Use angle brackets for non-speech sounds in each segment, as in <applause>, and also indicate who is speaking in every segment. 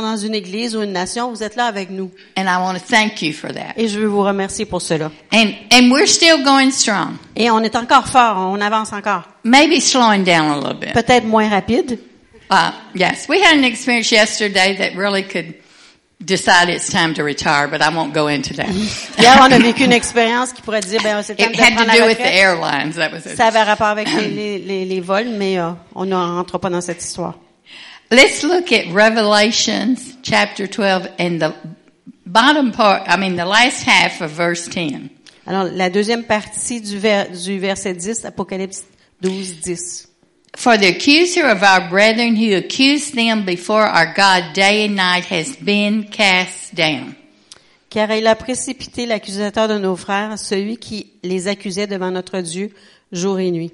Speaker 1: dans une église ou une nation, vous êtes là avec nous.
Speaker 2: And I want to thank you for that.
Speaker 1: Et je veux vous remercier pour cela.
Speaker 2: And, and we're still going strong.
Speaker 1: Et on est encore fort, on avance encore.
Speaker 2: Maybe slowing down a little bit.
Speaker 1: Peut-être moins rapide.
Speaker 2: Uh, yes, we had an experience yesterday that really could decide it's time to retire, but I won't go into that.
Speaker 1: Hier, on a vécu une expérience qui pourrait dire, ben, c'est le temps
Speaker 2: It
Speaker 1: de
Speaker 2: had
Speaker 1: prendre
Speaker 2: to
Speaker 1: la
Speaker 2: do with the
Speaker 1: retraite.
Speaker 2: airlines. That was it.
Speaker 1: Ça avait rapport avec les, les- les- les vols, mais euh, on ne rentre pas dans cette histoire.
Speaker 2: Let's look at Revelations chapter 12 and the bottom part, I mean the last half of verse 10.
Speaker 1: Alors, la deuxième partie du, ver- du verset 10, Apocalypse 12, 10.
Speaker 2: For the accuser of our brethren who accused them before our God day and night has been cast down.
Speaker 1: Car il a précipité l'accusateur de nos frères, celui qui les accusait devant notre Dieu jour et nuit.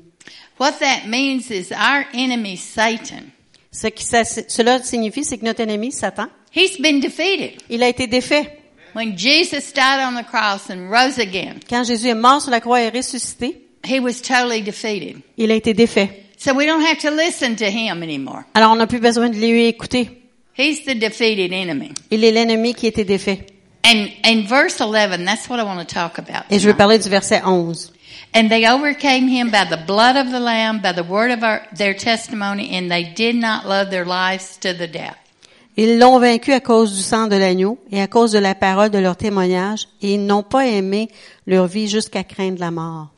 Speaker 2: What that means is our enemy Satan,
Speaker 1: Ce qui ça- cela signifie, c'est que notre ennemi, Satan,
Speaker 2: he's been defeated.
Speaker 1: il a été défait.
Speaker 2: When Jesus died on the cross and rose again,
Speaker 1: Quand Jésus est mort sur la croix et ressuscité,
Speaker 2: he was totally defeated.
Speaker 1: il a été défait.
Speaker 2: So we don't have to listen to him anymore.
Speaker 1: Alors, on n'a plus besoin de lui écouter.
Speaker 2: He's the defeated enemy.
Speaker 1: Il est l'ennemi qui a été défait.
Speaker 2: And and verse 11, that's what I want to talk about.
Speaker 1: Et je veux parler du verset 11.
Speaker 2: And they overcame him by the blood of the lamb, by the word of our, their testimony, and they did not love their lives to the death.
Speaker 1: Ils l'ont vaincu à cause du sang de l'agneau et à cause de la parole de leur témoignage, et ils n'ont pas aimé leur vie jusqu'à craindre la mort.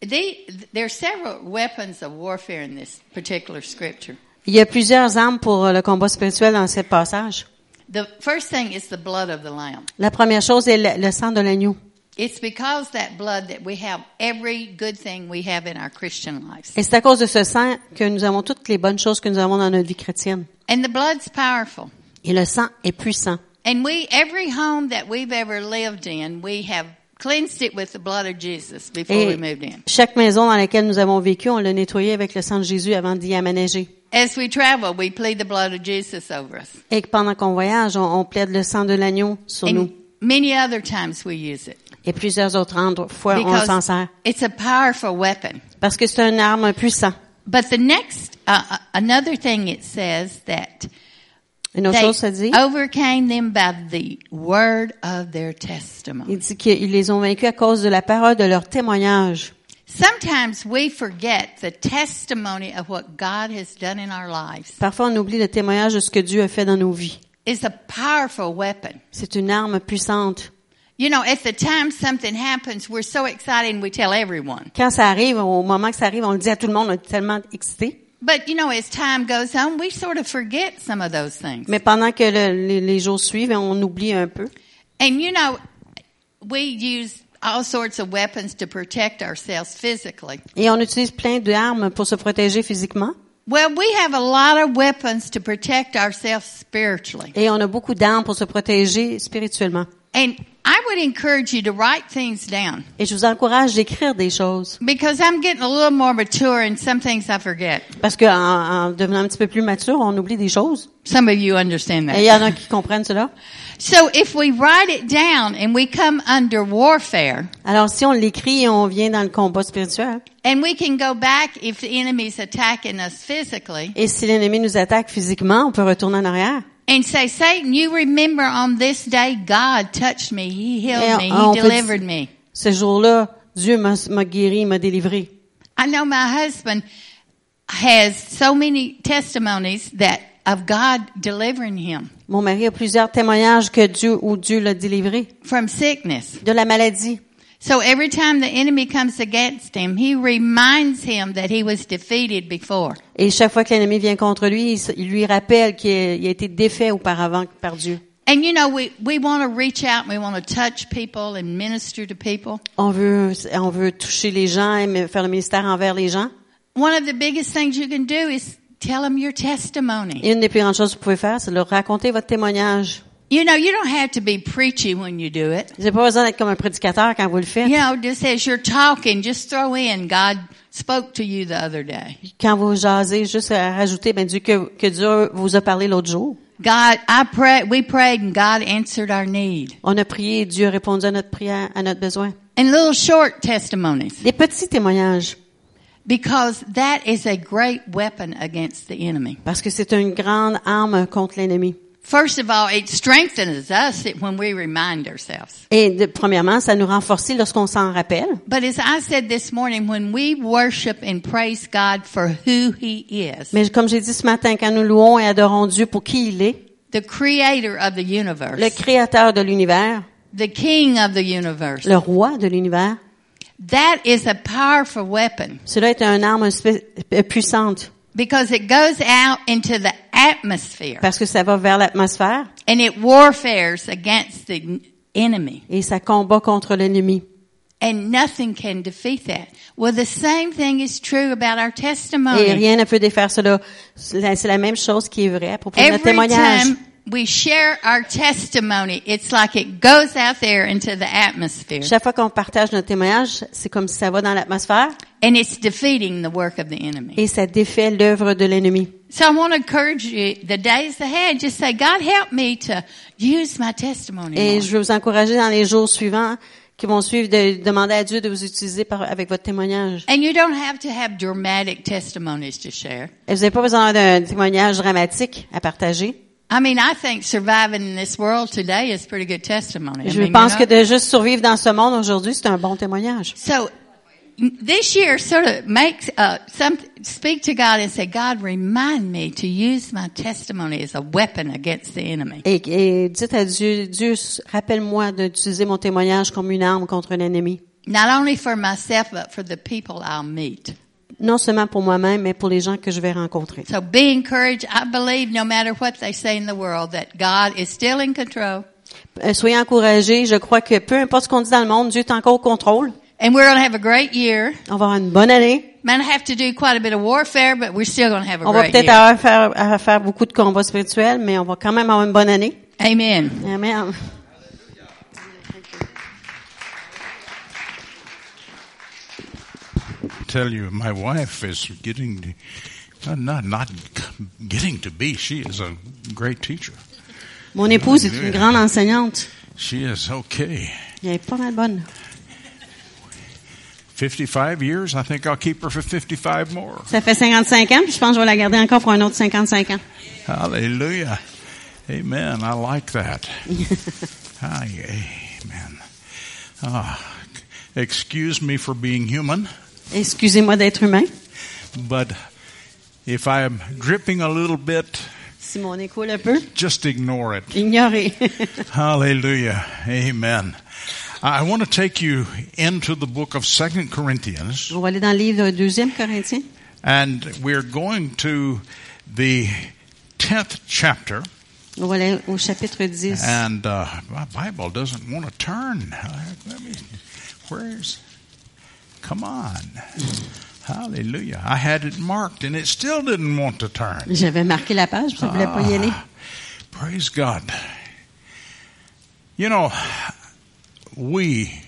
Speaker 2: They, there are several weapons of warfare in this particular scripture.
Speaker 1: Il y a plusieurs armes pour euh, le combat spirituel dans ce passage.
Speaker 2: The first thing is the blood of the lamb.
Speaker 1: La première chose est le, le sang de l'agneau.
Speaker 2: It's because that blood that we have every good thing we have in our Christian lives.
Speaker 1: Et c'est à cause de ce sang que nous avons toutes les bonnes choses que nous avons dans notre vie chrétienne.
Speaker 2: And the blood's powerful.
Speaker 1: Et le sang est puissant.
Speaker 2: And we, every home that we've ever lived in, we have cleansed it with the blood of Jesus before we
Speaker 1: Et
Speaker 2: moved in.
Speaker 1: chaque maison dans laquelle nous avons vécu, on l'a nettoyée avec le sang de Jésus avant d'y aménager.
Speaker 2: As we travel, we plead the blood of Jesus over us.
Speaker 1: Et pendant qu'on voyage, on, on plaide le sang de l'agneau sur nous.
Speaker 2: And many other times we use it.
Speaker 1: Et plusieurs autres endroits, fois, on s'en
Speaker 2: Because
Speaker 1: sert.
Speaker 2: it's a powerful weapon.
Speaker 1: Parce que c'est une arme puissante.
Speaker 2: But the next, uh, uh, another thing it says that
Speaker 1: Une autre
Speaker 2: they Oh.
Speaker 1: chose, ça dit,
Speaker 2: overcame them by the word of their testimony.
Speaker 1: il dit qu'ils les ont vaincus à cause de la parole de leur témoignage.
Speaker 2: Sometimes we forget the testimony of what God has done in our lives.
Speaker 1: Parfois, on oublie le témoignage de ce que Dieu a fait dans nos vies.
Speaker 2: It's a powerful weapon.
Speaker 1: C'est une arme puissante.
Speaker 2: You know, at the time something happens, we're so excited and we tell everyone.
Speaker 1: Quand ça arrive, au moment que ça arrive, on le dit à tout le monde, on est tellement excité.
Speaker 2: But you know, as time goes on, we sort of forget some of those things.
Speaker 1: Mais pendant que le- les, les jours suivent, on oublie un peu.
Speaker 2: And you know, we use all sorts of weapons to protect ourselves physically.
Speaker 1: Et on utilise plein d'armes pour se protéger physiquement.
Speaker 2: Well, we have a lot of weapons to protect ourselves spiritually.
Speaker 1: Et on a beaucoup d'armes pour se protéger spirituellement.
Speaker 2: And I would encourage you to write things down
Speaker 1: Et je vous encourage d'écrire des choses.
Speaker 2: because I'm getting a little more mature and some things I forget.
Speaker 1: Parce que en- en devenant un petit peu plus mature, on oublie des choses.
Speaker 2: Some of you understand
Speaker 1: Et il y en
Speaker 2: that.
Speaker 1: a qui comprennent cela.
Speaker 2: So if we write it down and we come under warfare
Speaker 1: Alors, si on l'écrit et on vient dans le combat spirituel,
Speaker 2: and we can go back if the enemy's attacking us physically
Speaker 1: et si l'ennemi nous attaque physiquement, on peut retourner en arrière.
Speaker 2: and say, Satan, you remember on this day God touched me. He
Speaker 1: Et
Speaker 2: healed me.
Speaker 1: on
Speaker 2: He
Speaker 1: peut
Speaker 2: delivered
Speaker 1: dire-
Speaker 2: me.
Speaker 1: Ce jour-là, Dieu m'a m'a guéri, m'a délivré.
Speaker 2: I know my husband has so many testimonies that of God delivering him
Speaker 1: Mon mari a plusieurs témoignages que Dieu ou Dieu l'a délivré
Speaker 2: from sickness.
Speaker 1: de la maladie.
Speaker 2: So every time the enemy comes against him, he reminds him that he was defeated before.
Speaker 1: Et chaque fois que l'ennemi vient contre lui, il s- il lui rappelle qu'il a il a été défait auparavant par Dieu.
Speaker 2: And you know, we, we want to reach out and we want to touch people and minister to people.
Speaker 1: On veut, on veut toucher les gens et me- faire le ministère envers les gens.
Speaker 2: One of the biggest things you can do is tell them your testimony.
Speaker 1: Et une des plus grandes choses que vous pouvez faire, c'est de leur raconter votre témoignage.
Speaker 2: You know, you don't have to be preachy when you do it.
Speaker 1: Vous n'avez pas besoin d'être comme un prédicateur quand vous le faites.
Speaker 2: You know, just as you're talking, just throw in God spoke to you the other day.
Speaker 1: Quand vous jasez, juste à rajouter, ben Dieu que, que Dieu vous a parlé l'autre jour.
Speaker 2: God, I pray, we prayed and God answered our need.
Speaker 1: On a prié, Dieu a répondu à notre prière, à notre besoin.
Speaker 2: And little short testimonies
Speaker 1: Des petits témoignages,
Speaker 2: because that is a great weapon against the enemy.
Speaker 1: parce que c'est une grande arme contre l'ennemi.
Speaker 2: First of all, it strengthens us when we remind ourselves.
Speaker 1: Et de- premièrement, ça nous renforcit lorsqu'on s'en rappelle.
Speaker 2: But as I said this morning, when we worship and praise God for who He is,
Speaker 1: Mais comme j'ai dit ce matin, quand nous louons et adorons Dieu pour qui il est,
Speaker 2: the creator of the
Speaker 1: le
Speaker 2: universe,
Speaker 1: créateur de l'univers,
Speaker 2: the king of the universe,
Speaker 1: le roi de l'univers,
Speaker 2: that is a powerful weapon
Speaker 1: cela est une arme spé- euh, puissante
Speaker 2: because it goes out into the atmosphere
Speaker 1: parce que ça va vers l'atmosphère
Speaker 2: and it warfares against the enemy.
Speaker 1: et ça combat contre l'ennemi.
Speaker 2: And nothing can defeat that. Well, the same thing is true about our
Speaker 1: Et
Speaker 2: testimony.
Speaker 1: rien ne peut défaire cela. C'est la- c'est la même chose qui est vraie à propos de notre
Speaker 2: Every
Speaker 1: témoignage.
Speaker 2: time we share our testimony, it's like it goes out there into the atmosphere
Speaker 1: Chaque fois qu'on partage notre témoignage, c'est comme si ça va dans l'atmosphère
Speaker 2: and it's defeating the work of the enemy.
Speaker 1: et ça défait l'œuvre de l'ennemi.
Speaker 2: So I want to encourage you the days ahead, just say, God help me to use my testimony.
Speaker 1: Et
Speaker 2: more."
Speaker 1: je veux vous encourager dans les jours suivants qui vont suivre de demander à Dieu de vous utiliser par- avec votre témoignage.
Speaker 2: And you don't have to have dramatic testimonies to share.
Speaker 1: Et vous n'avez pas besoin d'un témoignage dramatique à partager.
Speaker 2: I mean, I think surviving in this world today is pretty good testimony. I
Speaker 1: Je
Speaker 2: mean, you
Speaker 1: pense
Speaker 2: know?
Speaker 1: que de juste survivre dans ce monde aujourd'hui, c'est un bon témoignage.
Speaker 2: So this year sort of makes uh, some speak to God and say, God, remind me to use my testimony as a weapon against the enemy.
Speaker 1: Et, et dites à Dieu, Dieu, rappelle-moi d'utiliser mon témoignage comme une arme contre l'ennemi.
Speaker 2: Not only for myself, but for the people I'll meet.
Speaker 1: Non seulement pour moi-même, mais pour les gens que je vais rencontrer.
Speaker 2: So be encouraged. I believe no matter what they say in the world, that God is still in control.
Speaker 1: Euh, Soyez encouragés. Je crois que peu importe ce qu'on dit dans le monde, Dieu est encore au contrôle.
Speaker 2: And we're going to have a great year.
Speaker 1: On va avoir une bonne année.
Speaker 2: Might have to do quite a bit of warfare, but we're still going to have a
Speaker 1: On va
Speaker 2: great
Speaker 1: peut-être
Speaker 2: year.
Speaker 1: avoir faire, à faire beaucoup de combats spirituels, mais on va quand même avoir une bonne année.
Speaker 2: Amen.
Speaker 1: Amen.
Speaker 3: tell you, my wife is getting to, not not getting to be. She is a great teacher.
Speaker 1: Mon épouse est une grande enseignante.
Speaker 3: She is okay.
Speaker 1: Elle est pas mal bonne.
Speaker 3: Fifty-five years. I think I'll keep her for fifty-five more.
Speaker 1: Ça fait 55 ans, puis je pense que je vais la garder encore pour un autre 55 ans.
Speaker 3: Hallelujah. Amen. I like that. Aye, amen. Ah, excuse me for being human,
Speaker 1: Excusez-moi d'être humain.
Speaker 3: but if I am dripping a little bit,
Speaker 1: Si mon écho un peu,
Speaker 3: just ignore it.
Speaker 1: ignorez.
Speaker 3: Hallelujah. Amen. I want to take you into the book of Second Corinthians,
Speaker 1: On va aller dans le livre de 2 Corinthiens.
Speaker 3: and we're going to the 10th chapter,
Speaker 1: On va aller au chapitre 10.
Speaker 3: and uh, my Bible doesn't want to turn. I- let me- Where's. Come on. Hallelujah. I had it marked, and it still didn't want to turn.
Speaker 1: J'avais marqué la page, je ne voulais pas y aller.
Speaker 3: Ah, praise God. You know, we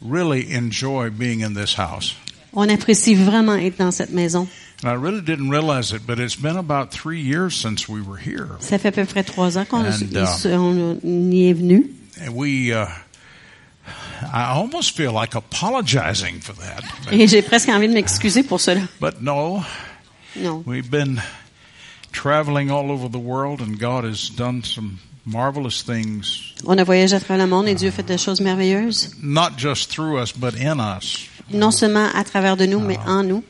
Speaker 3: really enjoy being in this house.
Speaker 1: On apprécie vraiment être dans cette maison.
Speaker 3: And I really didn't realize it, but it's been about three years since we were here.
Speaker 1: Ça fait à peu près trois ans qu'on
Speaker 3: And,
Speaker 1: y-
Speaker 3: uh,
Speaker 1: on y est venu.
Speaker 3: And we, uh, I almost feel like apologizing for that.
Speaker 1: <laughs>
Speaker 3: But,
Speaker 1: Et j'ai presque envie de m'excuser pour cela.
Speaker 3: but no,
Speaker 1: Non.
Speaker 3: we've been traveling all over the world, and God has done some marvelous things,
Speaker 1: On a voyagé à travers le monde et Dieu a fait des choses merveilleuses.
Speaker 3: not just through us, but in us.
Speaker 1: Non seulement à travers de nous, mais en nous.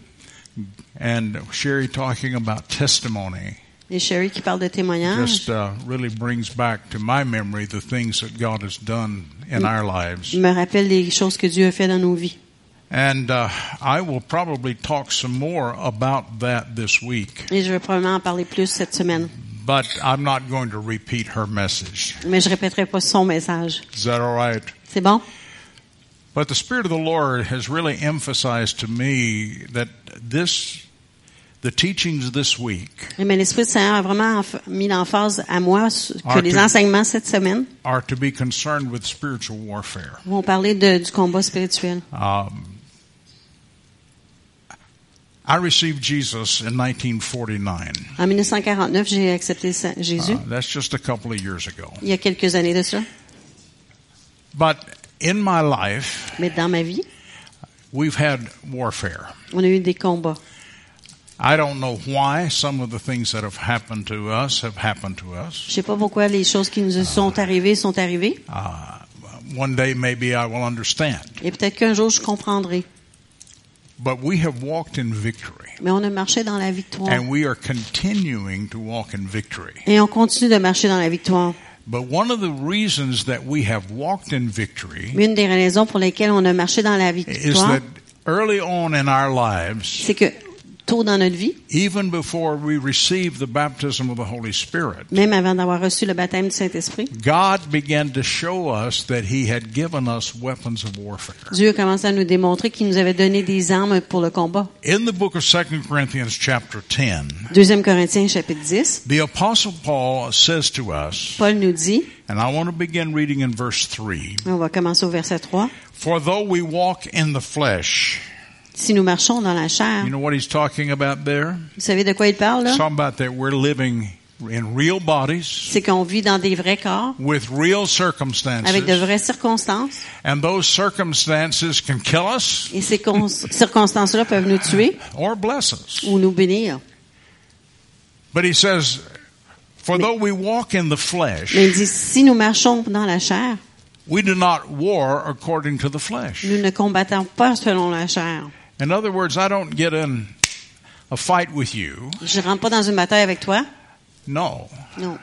Speaker 3: and Sherry talking about testimony
Speaker 1: Et Sherry qui parle de témoignages
Speaker 3: just uh, really brings back to my memory the things that God has done in our lives.
Speaker 1: me rappelle les choses que Dieu a fait dans nos vies.
Speaker 3: And uh, I will probably talk some more about that this week,
Speaker 1: Et je vais probablement en parler plus cette semaine.
Speaker 3: but I'm not going to repeat her message.
Speaker 1: Mais je répéterai pas son message.
Speaker 3: Is that all right?
Speaker 1: C'est bon?
Speaker 3: But the Spirit of the Lord has really emphasized to me that this, the teachings this week,
Speaker 1: Mais Eh l'Esprit du Seigneur a vraiment enf- mis l'emphase à moi sur- que
Speaker 3: Arthur.
Speaker 1: les enseignements cette semaine
Speaker 3: are to be concerned with spiritual warfare.
Speaker 1: vont parler de- du combat spirituel.
Speaker 3: Um, I received Jesus in 1949.
Speaker 1: En 1949, j'ai accepté Saint- Jésus,
Speaker 3: Uh, that's just a couple of years ago.
Speaker 1: il y a quelques années de ça.
Speaker 3: But in my life,
Speaker 1: Mais dans ma vie,
Speaker 3: we've had warfare.
Speaker 1: on a eu des combats.
Speaker 3: I don't know why some of the things that have happened to us have happened to us.
Speaker 1: Je sais pas pourquoi les choses qui nous sont arrivées sont arrivées.
Speaker 3: Uh, one day maybe I will understand.
Speaker 1: Et peut-être qu'un jour, je comprendrai.
Speaker 3: But we have walked in victory,
Speaker 1: Mais on a marché dans la victoire.
Speaker 3: and we are continuing to walk in victory.
Speaker 1: Et on continue de marcher dans la victoire.
Speaker 3: But one of the reasons that we have walked in victory
Speaker 1: Mais une des raisons pour lesquelles on a marché dans la
Speaker 3: is
Speaker 1: victoire,
Speaker 3: that early on in our lives,
Speaker 1: c'est que tôt dans notre vie,
Speaker 3: even before we received the baptism of the Holy Spirit,
Speaker 1: même avant d'avoir reçu le baptême du Saint-Esprit,
Speaker 3: God began to show us that He had given us weapons of warfare.
Speaker 1: Dieu a commencé à nous démontrer qu'il nous avait donné des armes pour le combat.
Speaker 3: In the book of 2 Corinthians, chapter 10,
Speaker 1: 2 Corinthiens chapitre 10,
Speaker 3: the Apostle Paul says to us,
Speaker 1: Paul nous dit,
Speaker 3: and I want to begin reading in verse 3
Speaker 1: on va commencer au verset 3,
Speaker 3: For though we walk in the flesh,
Speaker 1: si nous marchons dans la chair,
Speaker 3: you know what he's talking about there?
Speaker 1: vous savez de quoi il parle
Speaker 3: He's
Speaker 1: là?
Speaker 3: talking about that we're living in real bodies
Speaker 1: C'est qu'on vit dans des vrais corps,
Speaker 3: with real
Speaker 1: avec de
Speaker 3: circumstances,
Speaker 1: vraies circonstances,
Speaker 3: and those circumstances can kill us
Speaker 1: et ces con- circonstances-là peuvent nous tuer
Speaker 3: or bless us.
Speaker 1: ou nous bénir.
Speaker 3: But he says, For though we walk in the flesh,
Speaker 1: Mais il dit, si nous marchons dans la chair,
Speaker 3: We do not war according to the flesh.
Speaker 1: nous ne combattons pas selon la chair.
Speaker 3: In other words, I don't get in a fight with you.
Speaker 1: Je rentre pas dans une bataille avec toi.
Speaker 3: No.
Speaker 1: Non.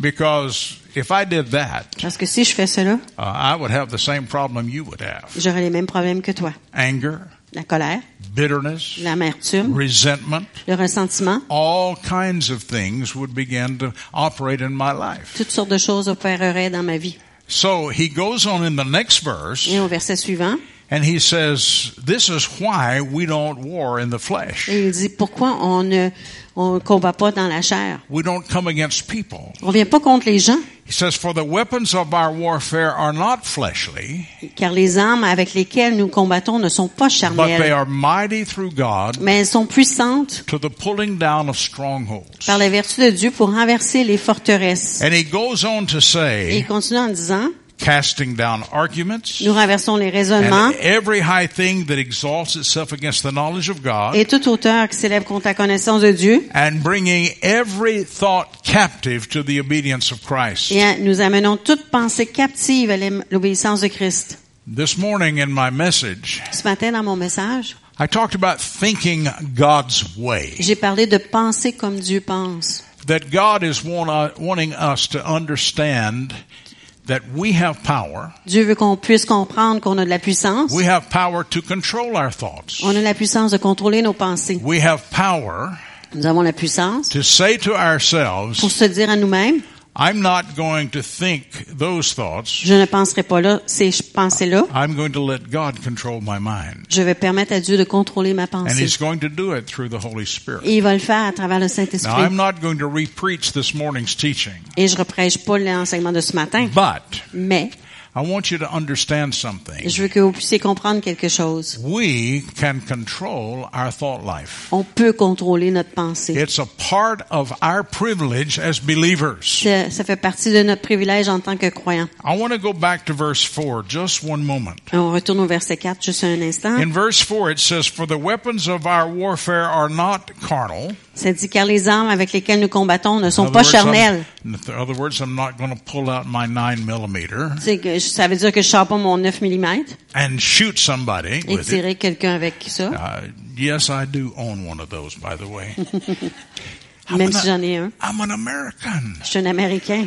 Speaker 3: Because if I did that,
Speaker 1: Parce que si je fais cela,
Speaker 3: uh, I would have the same problem you would have
Speaker 1: j'aurai les mêmes problèmes que toi.
Speaker 3: anger,
Speaker 1: La colère,
Speaker 3: bitterness,
Speaker 1: l'amertume,
Speaker 3: resentment.
Speaker 1: le ressentiment,
Speaker 3: All kinds of things would begin to operate in my life.
Speaker 1: toutes sortes de choses opéreraient dans ma vie.
Speaker 3: So he goes on in the next verse
Speaker 1: Et au verset suivant,
Speaker 3: and he says, This is why we don't war in the flesh.
Speaker 1: et il dit pourquoi on ne on combat pas dans la chair.
Speaker 3: We don't come against people.
Speaker 1: On vient pas contre les gens,
Speaker 3: He says, For the weapons of our warfare are not fleshly,
Speaker 1: car les armes avec lesquelles nous combattons ne sont pas
Speaker 3: but they
Speaker 1: charnelles,
Speaker 3: are mighty through God
Speaker 1: mais elles sont puissantes
Speaker 3: to the pulling down of strongholds.
Speaker 1: par la vertu de Dieu pour renverser les forteresses.
Speaker 3: And he goes on to
Speaker 1: Et il
Speaker 3: say,
Speaker 1: continue en disant,
Speaker 3: casting down arguments
Speaker 1: nous renversons les raisonnements
Speaker 3: and every high thing that exalts itself against the knowledge of God,
Speaker 1: et toute hauteur qui s'élève contre la connaissance de Dieu,
Speaker 3: and bringing every thought captive to the obedience of Christ.
Speaker 1: et à- nous amenons toute pensée captive à l'ém- l'obéissance de Christ.
Speaker 3: This morning in my message,
Speaker 1: Ce matin, dans mon message,
Speaker 3: I talked about thinking God's way,
Speaker 1: j'ai parlé de penser comme Dieu pense.
Speaker 3: that God is want- uh, wanting us to understand that we have power
Speaker 1: Dieu veut qu'on puisse comprendre qu'on a de la puissance.
Speaker 3: We have power to control our thoughts.
Speaker 1: On a la puissance de contrôler nos pensées.
Speaker 3: We have power
Speaker 1: Nous avons la puissance
Speaker 3: to say to
Speaker 1: pour
Speaker 3: ourselves,
Speaker 1: se dire à nous-mêmes,
Speaker 3: I'm not going to think those thoughts.
Speaker 1: je ne penserai pas là, ces pensées-là.
Speaker 3: I'm going to let God control my mind.
Speaker 1: Je vais permettre à Dieu de contrôler ma
Speaker 3: And
Speaker 1: pensée.
Speaker 3: He's going to do it through the Holy Spirit.
Speaker 1: Et il va le faire à travers le
Speaker 3: Now,
Speaker 1: Saint-Esprit.
Speaker 3: I'm not going to re-preach this morning's teaching,
Speaker 1: Et je ne reprêche pas l'enseignement de ce matin.
Speaker 3: but
Speaker 1: Mais
Speaker 3: I want you to understand something.
Speaker 1: je veux que vous puissiez comprendre quelque chose.
Speaker 3: We can control our thought life.
Speaker 1: On peut contrôler notre pensée.
Speaker 3: It's a part of our privilege as believers.
Speaker 1: Ça, ça fait partie de notre privilège en tant que croyant.
Speaker 3: I want to go back to verse 4 juste one moment.
Speaker 1: On retourne au verset 4 juste un instant.
Speaker 3: In verse 4, it says, For the weapons of our warfare are not carnal.
Speaker 1: Ça dit, car les armes avec lesquelles nous combattons ne sont
Speaker 3: In other
Speaker 1: pas
Speaker 3: words, I'm-
Speaker 1: charnelles.
Speaker 3: In other words, I'm not going to pull out my 9 millimeter
Speaker 1: C'est que ça veut dire que je sors pas mon 9 mm
Speaker 3: and shoot somebody
Speaker 1: et
Speaker 3: with it.
Speaker 1: tirer quelqu'un avec ça,
Speaker 3: Uh, yes, I do own one of those, by
Speaker 1: <laughs>
Speaker 3: the way. I'm
Speaker 1: même
Speaker 3: an,
Speaker 1: si j'en ai un.
Speaker 3: I'm an American.
Speaker 1: Je suis un Américain.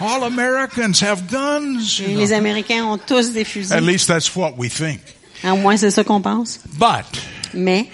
Speaker 3: All Americans have guns. you
Speaker 1: Et les
Speaker 3: know.
Speaker 1: Américains ont tous des
Speaker 3: At
Speaker 1: fusils.
Speaker 3: least that's what we think.
Speaker 1: À moins, c'est ça qu'on pense.
Speaker 3: But
Speaker 1: Mais,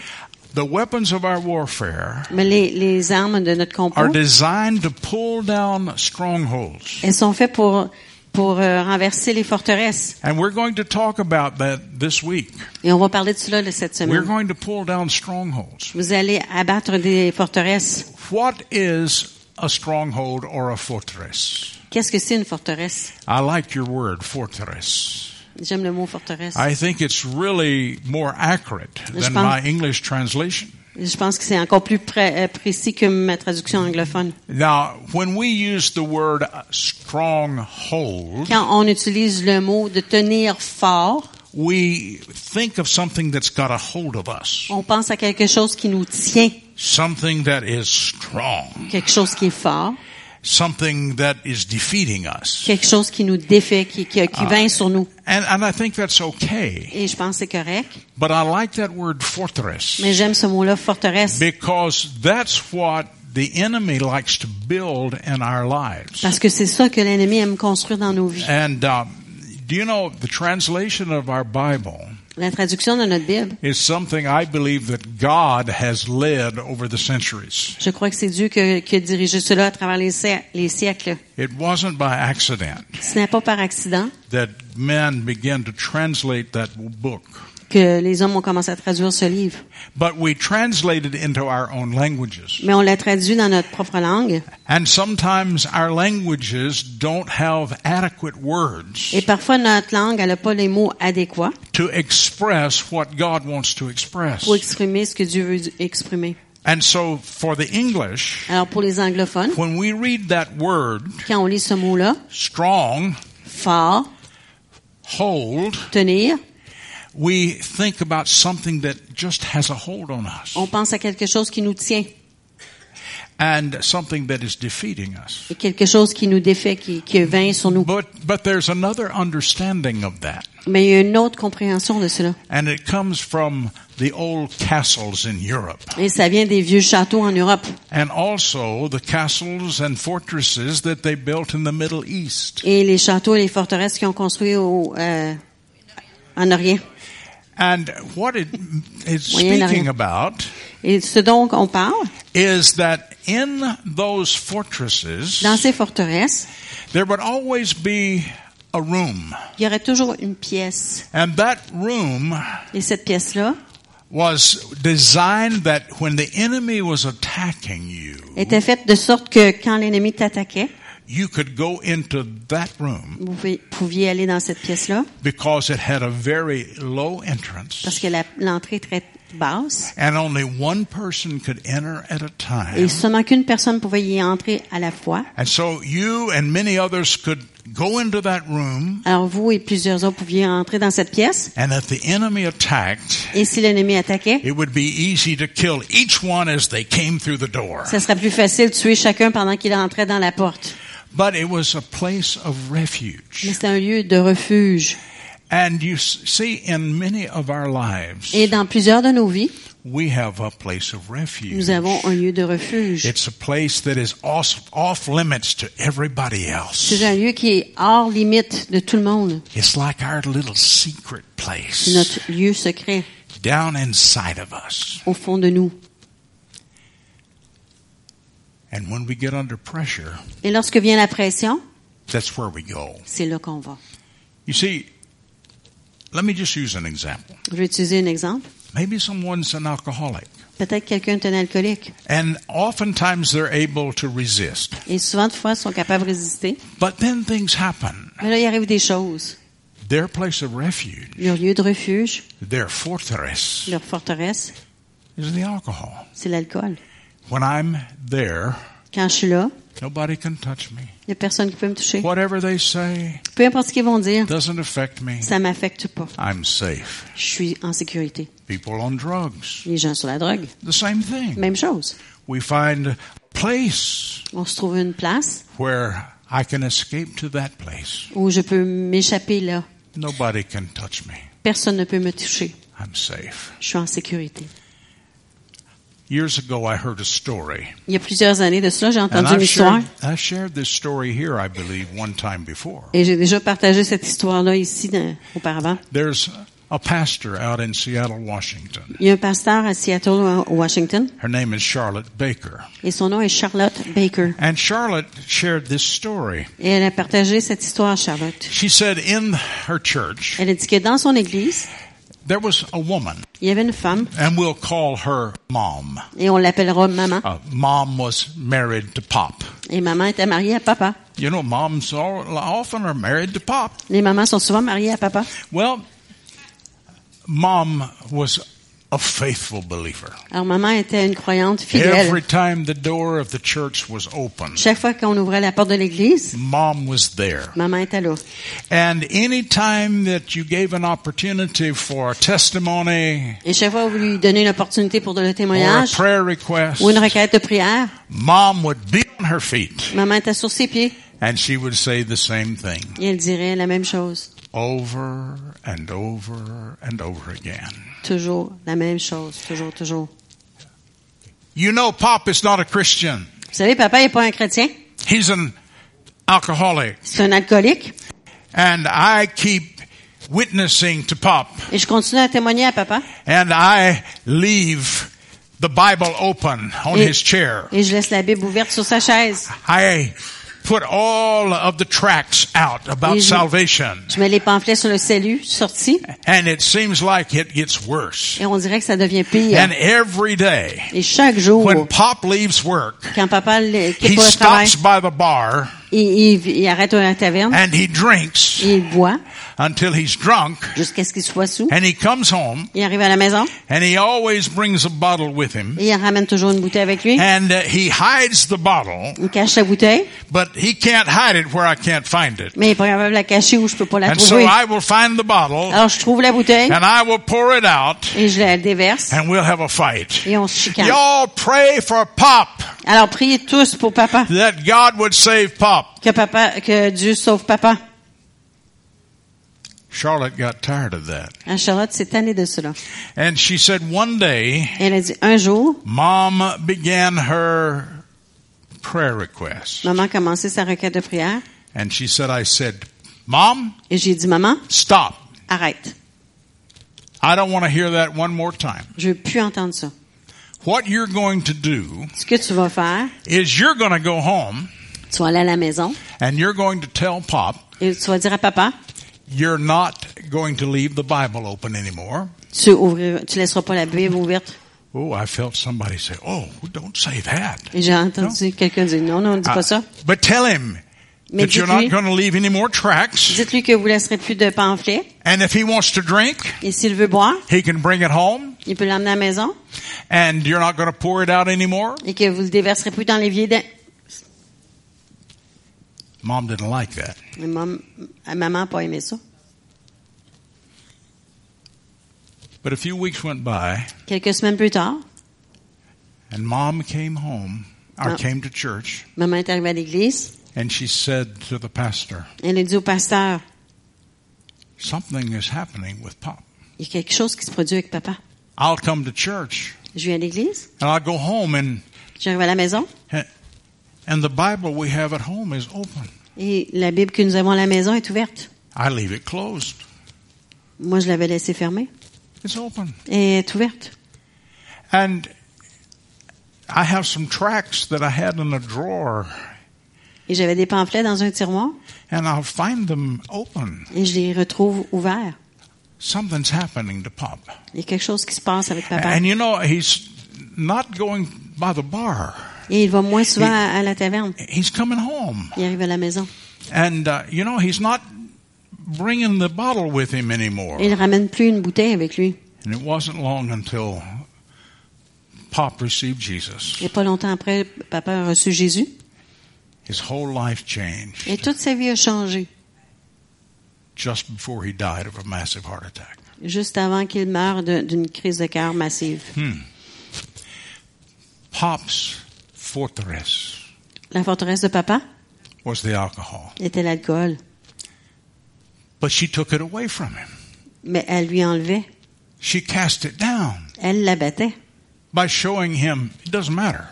Speaker 3: the weapons of our warfare
Speaker 1: mais les, les armes de notre combat,
Speaker 3: are designed to pull down strongholds.
Speaker 1: elles sont faites pour, pour euh, renverser les forteresses.
Speaker 3: And we're going to talk about that this week.
Speaker 1: Et on va parler de cela de cette
Speaker 3: We're
Speaker 1: semaine.
Speaker 3: going to pull down strongholds.
Speaker 1: Vous allez abattre des forteresses.
Speaker 3: What is a stronghold or a fortress?
Speaker 1: Qu'est-ce que c'est une forteresse?
Speaker 3: I like your word, fortress.
Speaker 1: J'aime le mot forteresse.
Speaker 3: I think it's really more accurate
Speaker 1: pense-
Speaker 3: than my English translation.
Speaker 1: Je pense que c'est encore plus pré- euh, précis que ma traduction anglophone.
Speaker 3: Now, when we use the word stronghold,
Speaker 1: Quand on utilise le mot de tenir fort,
Speaker 3: we think of something that's got a hold of us.
Speaker 1: On pense à quelque chose qui nous tient.
Speaker 3: something that is strong,
Speaker 1: quelque chose qui est fort,
Speaker 3: something that is defeating us.
Speaker 1: quelque chose qui nous défait, qui, qui, qui vint sur nous.
Speaker 3: And, and I think that's okay.
Speaker 1: Et je pense que c'est correct.
Speaker 3: But I like that word fortress
Speaker 1: Mais j'aime ce mot-là, forteresse,
Speaker 3: because that's what the enemy likes to build in our lives.
Speaker 1: parce que c'est ça que l'ennemi aime construire dans nos vies.
Speaker 3: And um, do you know the translation of our Bible
Speaker 1: La traduction de notre Bible,
Speaker 3: is something I believe that God has led over the centuries.
Speaker 1: je crois que c'est Dieu que- qui a dirigé cela à travers les, sie- les siècles.
Speaker 3: It wasn't by accident
Speaker 1: Ce n'est pas par accident
Speaker 3: that men began to translate that book,
Speaker 1: que les hommes ont commencé à traduire ce livre,
Speaker 3: but we translate it into our own languages.
Speaker 1: mais on l'a traduit dans notre propre langue.
Speaker 3: And sometimes our languages don't have adequate words
Speaker 1: Et parfois, notre langue, elle n'a pas les mots adéquats
Speaker 3: to express what God wants to express.
Speaker 1: pour exprimer ce que Dieu veut du- exprimer.
Speaker 3: And so for the English,
Speaker 1: Alors, pour les anglophones,
Speaker 3: when we read that word,
Speaker 1: quand on lit ce mot-là,
Speaker 3: strong,
Speaker 1: fort,
Speaker 3: hold,
Speaker 1: tenir,
Speaker 3: we think about something that just has a hold on us
Speaker 1: on pense à quelque chose qui nous tient,
Speaker 3: and something that is defeating us.
Speaker 1: et quelque chose qui nous défait, qui, qui vint sur nous.
Speaker 3: But but there's another understanding of that,
Speaker 1: Mais il y a une autre compréhension de cela.
Speaker 3: and it comes from the old castles in Europe,
Speaker 1: Et ça vient des vieux châteaux en Europe
Speaker 3: and also the castles and fortresses that they built in the Middle East.
Speaker 1: et les châteaux et les forteresses qu'ils ont construits au, euh, en Orient.
Speaker 3: And what it is
Speaker 1: Moyen Orient.
Speaker 3: speaking about
Speaker 1: Et ce dont on parle,
Speaker 3: is that in those fortresses
Speaker 1: dans ces forteresses,
Speaker 3: there would always be a room,
Speaker 1: il y aurait toujours une pièce.
Speaker 3: and that room
Speaker 1: Et cette pièce-là
Speaker 3: was designed that when the enemy was attacking you,
Speaker 1: était faite de sorte que quand l'ennemi t'attaquait,
Speaker 3: you could go into that room
Speaker 1: vous pouviez- pouviez aller dans cette pièce-là
Speaker 3: because it had a very low
Speaker 1: parce
Speaker 3: entrance
Speaker 1: que la- l'entrée est très basse
Speaker 3: and only one person could enter at a
Speaker 1: et
Speaker 3: time.
Speaker 1: seulement qu'une personne pouvait y entrer à la fois.
Speaker 3: And so you and many others could go into that room
Speaker 1: Alors vous et plusieurs autres pouviez entrer dans cette pièce
Speaker 3: and if the enemy attacked,
Speaker 1: et si l'ennemi attaquait,
Speaker 3: it would be easy to kill each one as they came through the door.
Speaker 1: ça serait plus facile de tuer chacun pendant qu'il entrait dans la porte.
Speaker 3: But it was a place of
Speaker 1: Mais
Speaker 3: refuge.
Speaker 1: c'est un lieu de refuge.
Speaker 3: And you s- see in many of our lives,
Speaker 1: Et dans plusieurs de nos vies,
Speaker 3: we have a place of refuge.
Speaker 1: nous avons un lieu de refuge.
Speaker 3: It's a place that is off, off limits to everybody else.
Speaker 1: C'est un lieu qui est hors limite de tout le monde.
Speaker 3: It's like our little secret
Speaker 1: C'est
Speaker 3: place
Speaker 1: notre lieu secret
Speaker 3: down inside of us.
Speaker 1: au fond de nous.
Speaker 3: And when we get under pressure,
Speaker 1: Et lorsque vient la pression,
Speaker 3: that's where we go.
Speaker 1: c'est là qu'on va.
Speaker 3: You see, let me just use an example.
Speaker 1: Je vais utiliser un exemple.
Speaker 3: Maybe someone's an alcoholic,
Speaker 1: Peut-être quelqu'un est un alcoolique.
Speaker 3: and oftentimes they're able to resist.
Speaker 1: Et souvent, de fois, ils sont capables de résister.
Speaker 3: But then things happen.
Speaker 1: Mais là, il arrive des choses.
Speaker 3: Their place of refuge,
Speaker 1: Leur lieu de refuge,
Speaker 3: their fortress,
Speaker 1: leur forteresse,
Speaker 3: is the alcohol.
Speaker 1: c'est l'alcool.
Speaker 3: When I'm there,
Speaker 1: Quand je suis là,
Speaker 3: nobody can touch me.
Speaker 1: il n'y a personne qui peut me toucher.
Speaker 3: Whatever they say
Speaker 1: Peu importe ce qu'ils vont dire,
Speaker 3: doesn't affect me.
Speaker 1: ça m'affecte pas.
Speaker 3: I'm safe.
Speaker 1: Je suis en sécurité.
Speaker 3: People on drugs,
Speaker 1: Les gens sur la drogue,
Speaker 3: the same thing.
Speaker 1: même chose.
Speaker 3: We find a place
Speaker 1: On se trouve une place
Speaker 3: where I can escape to that place.
Speaker 1: où je peux m'échapper là.
Speaker 3: Nobody can touch me.
Speaker 1: Personne ne peut me toucher.
Speaker 3: I'm safe.
Speaker 1: Je suis en sécurité.
Speaker 3: Years ago, I heard a story.
Speaker 1: Il y a plusieurs années de cela, j'ai
Speaker 3: And
Speaker 1: entendu une
Speaker 3: I've
Speaker 1: histoire
Speaker 3: shared, I've shared this story here, I believe, one time before.
Speaker 1: et j'ai déjà partagé cette histoire-là ici dans- auparavant.
Speaker 3: There's a pastor out in Seattle, Washington.
Speaker 1: Il y a un pasteur à Seattle, au au Washington,
Speaker 3: Her name is Charlotte Baker.
Speaker 1: et son nom est Charlotte Baker.
Speaker 3: And Charlotte shared this story.
Speaker 1: Et elle a partagé cette histoire, Charlotte.
Speaker 3: She said in her church,
Speaker 1: Elle a dit que dans son église,
Speaker 3: there was a woman
Speaker 1: il y avait une femme,
Speaker 3: and we'll call her mom.
Speaker 1: et on l'appellera maman,
Speaker 3: Uh, mom was married to pop.
Speaker 1: et maman était mariée à papa.
Speaker 3: You know, moms are, often are married to pop.
Speaker 1: Les mamans sont souvent mariées à papa.
Speaker 3: Well, mom was a faithful believer.
Speaker 1: Alors, maman était une croyante fidèle.
Speaker 3: Every time the door of the church was open,
Speaker 1: Chaque fois qu'on ouvrait la porte de l'église,
Speaker 3: mom was there.
Speaker 1: maman était là.
Speaker 3: And any time that you gave an opportunity for a testimony
Speaker 1: Et chaque fois qu'on lui donnait une opportunité pour le
Speaker 3: or a
Speaker 1: témoignage
Speaker 3: prayer request,
Speaker 1: ou une requête de prière,
Speaker 3: mom would be on her feet
Speaker 1: maman était sur ses pieds
Speaker 3: and she would say the same thing
Speaker 1: et elle dirait la même chose.
Speaker 3: over and over and over again.
Speaker 1: Toujours la même chose. Toujours, toujours.
Speaker 3: You know, Pop is not a Christian.
Speaker 1: Vous savez, papa n'est pas un chrétien.
Speaker 3: He's an alcoholic.
Speaker 1: C'est un alcoolique.
Speaker 3: And I keep witnessing to Pop.
Speaker 1: Et je continue à témoigner à papa.
Speaker 3: And I leave the Bible open on
Speaker 1: Et-
Speaker 3: his chair.
Speaker 1: Et je laisse la Bible ouverte sur sa chaise.
Speaker 3: I put all of the tracts out about
Speaker 1: Et je-
Speaker 3: salvation.
Speaker 1: Je mets les pamphlets sur le salut, sorti,
Speaker 3: And it seems like it gets worse.
Speaker 1: et on dirait que ça devient pire.
Speaker 3: And every day,
Speaker 1: Et chaque jour,
Speaker 3: when Pop leaves work,
Speaker 1: quand papa le- quitte
Speaker 3: he
Speaker 1: pas le travail,
Speaker 3: stops by the bar
Speaker 1: il, il- il arrête à la taverne,
Speaker 3: and he drinks
Speaker 1: et il boit
Speaker 3: until he's drunk.
Speaker 1: jusqu'à ce qu'il soit sous.
Speaker 3: And he comes home
Speaker 1: Il arrive à la maison
Speaker 3: and he always brings a bottle with him.
Speaker 1: et il ramène toujours une bouteille avec lui.
Speaker 3: And uh, he hides the bottle,
Speaker 1: Il cache sa bouteille,
Speaker 3: but he can't hide it where I can't find it.
Speaker 1: mais il est pas capable de la cacher où je peux pas la
Speaker 3: And so
Speaker 1: trouver.
Speaker 3: I will find the bottle
Speaker 1: Alors je trouve la bouteille
Speaker 3: and I will pour it out
Speaker 1: et je la déverse
Speaker 3: and we'll have a fight.
Speaker 1: et on se chicane.
Speaker 3: Y'all pray for Pop
Speaker 1: Alors priez tous pour papa,
Speaker 3: that God would save Pop.
Speaker 1: que papa, que Dieu sauve papa.
Speaker 3: Charlotte got tired of that.
Speaker 1: Ah, Charlotte s'est tannée de cela.
Speaker 3: And she said one day
Speaker 1: Elle a dit un jour,
Speaker 3: mom began her prayer request.
Speaker 1: maman a commencé sa requête de prière
Speaker 3: And she said, I said, Mom,
Speaker 1: et j'ai dit maman,
Speaker 3: stop.
Speaker 1: arrête,
Speaker 3: I don't want to hear that one more time.
Speaker 1: je veux plus entendre ça.
Speaker 3: What you're going to do
Speaker 1: Ce que tu vas faire,
Speaker 3: is you're going to go home
Speaker 1: tu vas aller à la maison
Speaker 3: and you're going to tell Pop
Speaker 1: et tu vas dire à papa,
Speaker 3: you're not going to leave the Bible open anymore.
Speaker 1: tu ouvriras, tu laisseras pas la Bible ouverte.
Speaker 3: Oh, I felt somebody say, Oh, don't say that.
Speaker 1: Et j'ai entendu quelqu'un dire non, non, dis
Speaker 3: Ah,
Speaker 1: pas ça.
Speaker 3: but tell him
Speaker 1: Mais
Speaker 3: that you're not
Speaker 1: dites-lui,
Speaker 3: going to leave any more tracks.
Speaker 1: dites-lui que vous laisserez plus de pamphlets.
Speaker 3: And if he wants to drink,
Speaker 1: Et s'il veut boire,
Speaker 3: he can bring it home.
Speaker 1: il peut l'emmener à la maison
Speaker 3: And you're not going to pour it out anymore.
Speaker 1: et que vous le déverserez plus dans l'évier. d'un-
Speaker 3: Mom didn't like that.
Speaker 1: Mais mam- euh, Maman n'a pas aimé ça.
Speaker 3: But a few weeks went by,
Speaker 1: Quelques semaines plus tard,
Speaker 3: and mom came home, or
Speaker 1: Oh.
Speaker 3: came to church,
Speaker 1: maman est arrivée à l'église.
Speaker 3: and she said to the pastor,
Speaker 1: Elle a dit au pasteur,
Speaker 3: Something is happening with Pop.
Speaker 1: il y a quelque chose qui se produit avec papa.
Speaker 3: I'll come to church,
Speaker 1: Je viens à l'église,
Speaker 3: and I'll go home, and,
Speaker 1: j'arrive à la maison
Speaker 3: and the Bible we have at home is open.
Speaker 1: et la Bible que nous avons à la maison est ouverte.
Speaker 3: I leave it closed.
Speaker 1: Moi, je l'avais laissée fermée
Speaker 3: It's open.
Speaker 1: et elle est ouverte.
Speaker 3: And I have some tracks that I had in a drawer,
Speaker 1: Et j'avais des pamphlets dans un tiroir
Speaker 3: and I'll find them open.
Speaker 1: et je les retrouve ouverts.
Speaker 3: Something's happening to Pop.
Speaker 1: Il y a quelque chose qui se passe avec papa.
Speaker 3: And you know, he's not going by the bar,
Speaker 1: Et il va moins souvent à, à la taverne.
Speaker 3: he's coming home.
Speaker 1: Il arrive à la maison.
Speaker 3: And, uh, you know, he's not bringing the bottle with him anymore.
Speaker 1: Et il ramène plus une bouteille avec lui.
Speaker 3: And it wasn't long until Pop received Jesus.
Speaker 1: Et pas longtemps après, papa a reçu Jésus.
Speaker 3: His whole life changed
Speaker 1: Et toute sa vie a changé.
Speaker 3: just before he died of a massive heart attack.
Speaker 1: Juste avant qu'il meure de- d'une crise de cœur massive.
Speaker 3: Hmm. Pop's fortress
Speaker 1: La forteresse de papa
Speaker 3: was the alcohol,
Speaker 1: était l'alcool.
Speaker 3: but she took it away from him.
Speaker 1: Mais elle lui enlevait.
Speaker 3: She cast it down
Speaker 1: Elle l'abattait.
Speaker 3: by showing him it doesn't matter.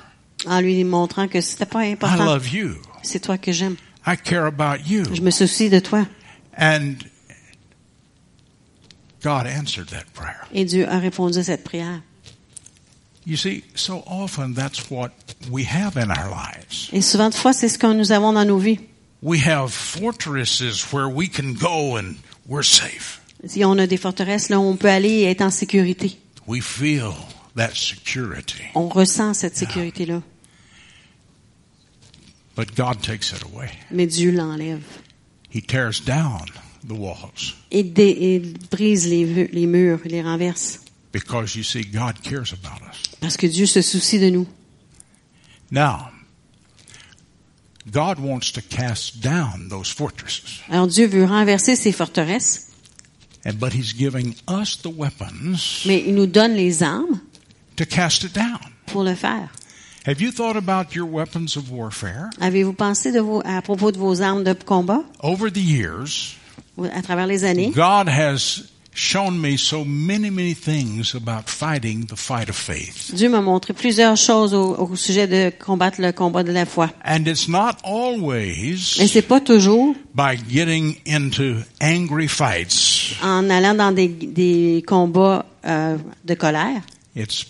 Speaker 1: En lui montrant que c'était pas
Speaker 3: I
Speaker 1: important.
Speaker 3: love you.
Speaker 1: C'est toi que j'aime.
Speaker 3: I care about you.
Speaker 1: Je me soucie de toi.
Speaker 3: And God answered that prayer.
Speaker 1: Et Dieu a répondu à cette prière.
Speaker 3: You see, so often that's what we have in our lives.
Speaker 1: Et souvent de fois, c'est ce que nous avons dans nos vies.
Speaker 3: We have fortresses where we can go and we're safe.
Speaker 1: Si on a des forteresses là où on peut aller et être en sécurité.
Speaker 3: We feel that security,
Speaker 1: On ressent cette sécurité-là.
Speaker 3: but God takes it away.
Speaker 1: Mais Dieu l'enlève.
Speaker 3: He tears down the walls.
Speaker 1: Et, dé- et brise les, vu- les murs, les renverse.
Speaker 3: Because you see, God cares about us.
Speaker 1: Parce que Dieu se soucie de nous.
Speaker 3: Now, God wants to cast down those fortresses,
Speaker 1: Alors Dieu veut renverser ces forteresses,
Speaker 3: and but He's giving us the weapons
Speaker 1: mais il nous donne les armes
Speaker 3: to cast it down.
Speaker 1: pour le faire.
Speaker 3: Have you thought about your weapons of warfare?
Speaker 1: Avez-vous pensé de vos- à propos de vos armes de combat
Speaker 3: Over the years,
Speaker 1: ou à travers les années?
Speaker 3: God has shown me so many, many things about fighting the fight of faith.
Speaker 1: Dieu m'a montré plusieurs choses au, au sujet de combattre le combat de la foi.
Speaker 3: And it's not
Speaker 1: Mais
Speaker 3: always
Speaker 1: c'est pas toujours
Speaker 3: by getting into angry fights.
Speaker 1: en allant dans des, des combats euh, de colère,
Speaker 3: It's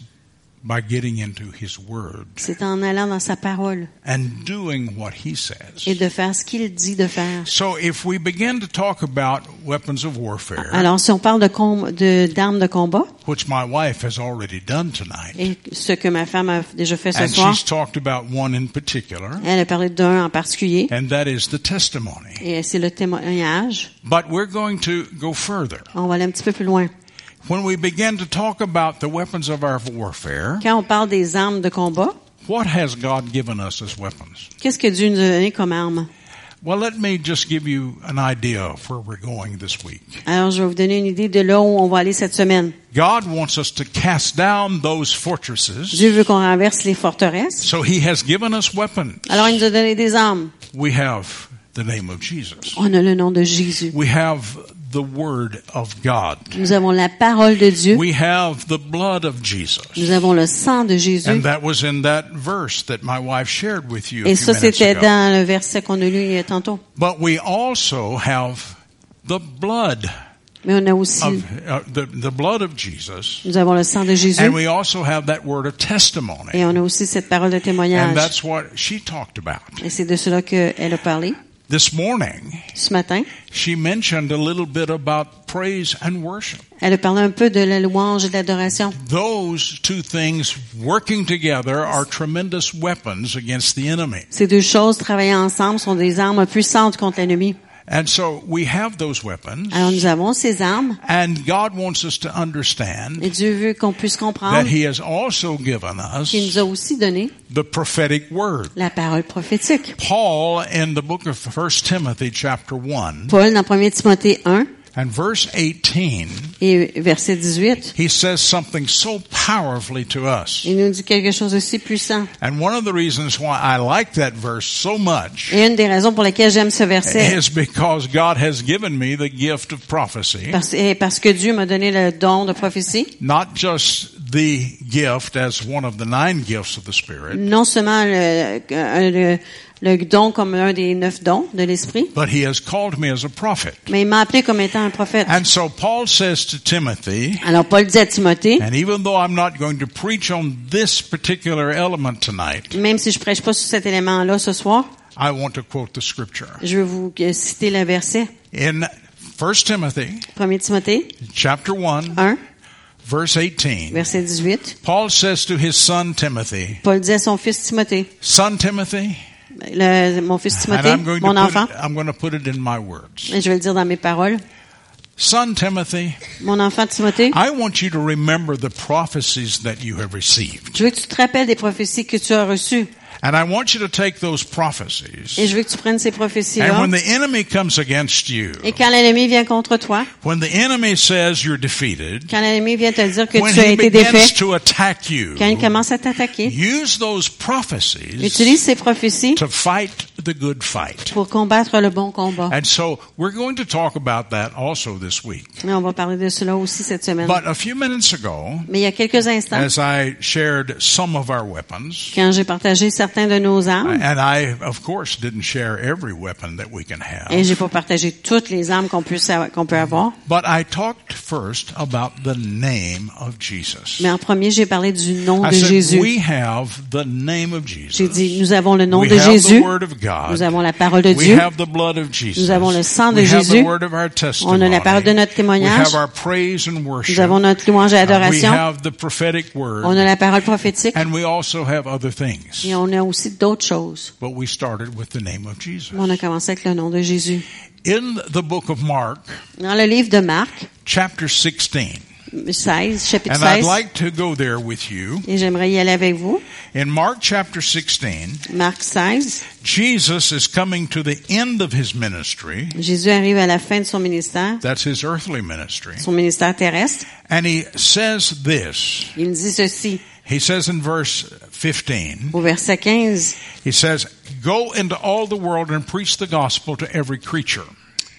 Speaker 3: by getting into His Word
Speaker 1: c'est en allant dans sa parole
Speaker 3: and doing what He says.
Speaker 1: et de faire ce qu'il dit de faire.
Speaker 3: So if we begin to talk about weapons of warfare,
Speaker 1: Alors, si on parle de com- de- d'armes de, combat,
Speaker 3: which my wife has already done tonight,
Speaker 1: et ce que ma femme a déjà fait ce
Speaker 3: and
Speaker 1: soir,
Speaker 3: she's talked about one in particular,
Speaker 1: elle a parlé d'un en particulier,
Speaker 3: and that is the testimony.
Speaker 1: et c'est le témoignage.
Speaker 3: But we're going to go further.
Speaker 1: On va aller un petit peu plus loin.
Speaker 3: When we begin to talk about the weapons of our warfare,
Speaker 1: Quand on parle des armes de combat,
Speaker 3: what has God given us as weapons?
Speaker 1: qu'est-ce que Dieu nous a donné comme arme?
Speaker 3: Well, let me just give you an idea of where we're going this week.
Speaker 1: Alors, je vais vous donner une idée de là où on va aller cette semaine.
Speaker 3: God wants us to cast down those fortresses.
Speaker 1: Dieu veut qu'on renverse les forteresses.
Speaker 3: So he has given us weapons.
Speaker 1: Alors, il nous a donné des armes.
Speaker 3: We have the name of Jesus.
Speaker 1: On a le nom de Jésus.
Speaker 3: We have the Word of God.
Speaker 1: Nous avons la parole de Dieu.
Speaker 3: We have the blood of
Speaker 1: Nous
Speaker 3: Jesus.
Speaker 1: avons le sang de Jésus.
Speaker 3: And that was in that verse that my wife shared with you. A
Speaker 1: Et
Speaker 3: few
Speaker 1: ça,
Speaker 3: minutes
Speaker 1: c'était
Speaker 3: ago.
Speaker 1: dans le verset qu'on a lu euh, tantôt.
Speaker 3: But we also have the blood
Speaker 1: Mais on a aussi,
Speaker 3: of uh, the, the blood of Jesus.
Speaker 1: nous avons le sang de Jésus.
Speaker 3: And we also have that word of
Speaker 1: Et
Speaker 3: testimony.
Speaker 1: on a aussi cette parole de
Speaker 3: And
Speaker 1: témoignage.
Speaker 3: that's what she talked about.
Speaker 1: Et c'est de cela qu'elle a parlé
Speaker 3: This morning,
Speaker 1: ce matin.
Speaker 3: she mentioned a little bit about praise and worship.
Speaker 1: Elle a parlé un peu de la louange et de l'adoration.
Speaker 3: Those two things working together are tremendous weapons against the enemy.
Speaker 1: Ces deux choses, travaillant ensemble, sont des armes puissantes contre l'ennemi.
Speaker 3: And so we have those weapons,
Speaker 1: Alors nous avons ces armes
Speaker 3: and God wants us to understand
Speaker 1: et Dieu veut qu'on puisse
Speaker 3: that
Speaker 1: comprendre
Speaker 3: He has also given us
Speaker 1: qu'il nous a aussi donné
Speaker 3: the prophetic word.
Speaker 1: la parole prophétique.
Speaker 3: Paul in the book of First Timothy chapter 1
Speaker 1: Paul, dans 1 Timothée 1
Speaker 3: and verse 18,
Speaker 1: et verset 18,
Speaker 3: he says something so powerfully to us.
Speaker 1: il nous dit quelque chose d'aussi puissant.
Speaker 3: And one of the reasons why I like that verse so much
Speaker 1: Et une des raisons pour lesquelles j'aime ce verset,
Speaker 3: is because God has given me the gift of prophecy.
Speaker 1: parce, et parce que Dieu m'a donné le don de prophétie,
Speaker 3: not just the gift as one of the nine gifts of the Spirit,
Speaker 1: non seulement le, le- le don comme un des neuf dons de l'Esprit,
Speaker 3: but he has called me as a prophet.
Speaker 1: mais il m'a appelé comme étant un prophète.
Speaker 3: And so Paul says to Timothy,
Speaker 1: Alors Paul dit à Timothée,
Speaker 3: and even though I'm not going to preach on this particular element tonight,
Speaker 1: même si je prêche pas sur cet élément-là ce soir,
Speaker 3: I want to quote the scripture.
Speaker 1: je vais vous euh, citer le verset.
Speaker 3: In 1 Timothy
Speaker 1: 1 Timothée
Speaker 3: chapter 1,
Speaker 1: 1,
Speaker 3: verse 18,
Speaker 1: verset 18.
Speaker 3: Paul says to his son Timothy,
Speaker 1: Paul dit à son fils Timothée,
Speaker 3: son Timothy,
Speaker 1: le- mon fils
Speaker 3: and
Speaker 1: Timothée,
Speaker 3: I'm going,
Speaker 1: mon
Speaker 3: to put
Speaker 1: enfant,
Speaker 3: it, I'm going to put it in my words.
Speaker 1: et je vais le dire dans mes paroles,
Speaker 3: Son Timothy,
Speaker 1: mon enfant Timothée,
Speaker 3: I want you to remember the prophecies that you have received.
Speaker 1: je veux que tu te rappelles des prophéties que tu as reçues,
Speaker 3: And I want you to take those
Speaker 1: et
Speaker 3: prophecies.
Speaker 1: je veux que tu prennes ces
Speaker 3: And
Speaker 1: prophéties-là,
Speaker 3: when the enemy comes against you,
Speaker 1: et quand l'ennemi vient contre toi,
Speaker 3: when the enemy says you're defeated,
Speaker 1: quand l'ennemi vient te dire que
Speaker 3: when
Speaker 1: tu as
Speaker 3: he
Speaker 1: été
Speaker 3: begins
Speaker 1: défait,
Speaker 3: to attack you,
Speaker 1: quand il commence à t'attaquer,
Speaker 3: use those prophecies
Speaker 1: utilise ces prophéties
Speaker 3: to fight the good fight.
Speaker 1: pour combattre le bon combat.
Speaker 3: And so we're going to talk about that also this week.
Speaker 1: Et on va parler de cela aussi cette semaine.
Speaker 3: But a few minutes ago,
Speaker 1: Mais il y a quelques instants,
Speaker 3: as I shared some of our weapons,
Speaker 1: quand j'ai partagé certains de nos armes,
Speaker 3: and I, of course, didn't share every weapon that we can
Speaker 1: et j'ai
Speaker 3: have,
Speaker 1: pas partagé toutes les armes qu'on puisse avoir- qu'on peut avoir,
Speaker 3: but I talked first about the name of Jesus.
Speaker 1: mais en premier, j'ai parlé du nom
Speaker 3: I
Speaker 1: de
Speaker 3: said,
Speaker 1: Jésus.
Speaker 3: We have the name of
Speaker 1: J'ai
Speaker 3: Jesus.
Speaker 1: dit, nous avons le nom
Speaker 3: we
Speaker 1: de
Speaker 3: have the
Speaker 1: Jésus,
Speaker 3: word of God.
Speaker 1: nous avons la parole de
Speaker 3: we
Speaker 1: Dieu,
Speaker 3: have the blood of Jesus.
Speaker 1: Nous avons le sang de
Speaker 3: we have the
Speaker 1: Jésus.
Speaker 3: word of our testimony.
Speaker 1: on a la parole de notre
Speaker 3: we
Speaker 1: témoignage,
Speaker 3: have our praise and worship.
Speaker 1: nous avons notre louange et
Speaker 3: And we
Speaker 1: adoration,
Speaker 3: have the prophetic word.
Speaker 1: on a la parole prophétique,
Speaker 3: and we also have other things.
Speaker 1: et on a aussi d'autres choses.
Speaker 3: But we started with the name of Jesus.
Speaker 1: On a commencé avec le nom de Jésus.
Speaker 3: In the book of Mark,
Speaker 1: Dans le livre de Marc,
Speaker 3: chapter 16,
Speaker 1: 16, chapitre
Speaker 3: And I'd
Speaker 1: 16.
Speaker 3: like to go there with you.
Speaker 1: Et j'aimerais y aller avec vous.
Speaker 3: In Mark chapter 16,
Speaker 1: Marc 16.
Speaker 3: Jesus is coming to the end of his ministry.
Speaker 1: Jésus arrive à la fin de son ministère,
Speaker 3: That's his earthly ministry.
Speaker 1: son ministère terrestre.
Speaker 3: And he says this.
Speaker 1: Il dit ceci
Speaker 3: He says in verse 15,
Speaker 1: au verset 15.
Speaker 3: he says, Go into all the world and preach the gospel to every creature.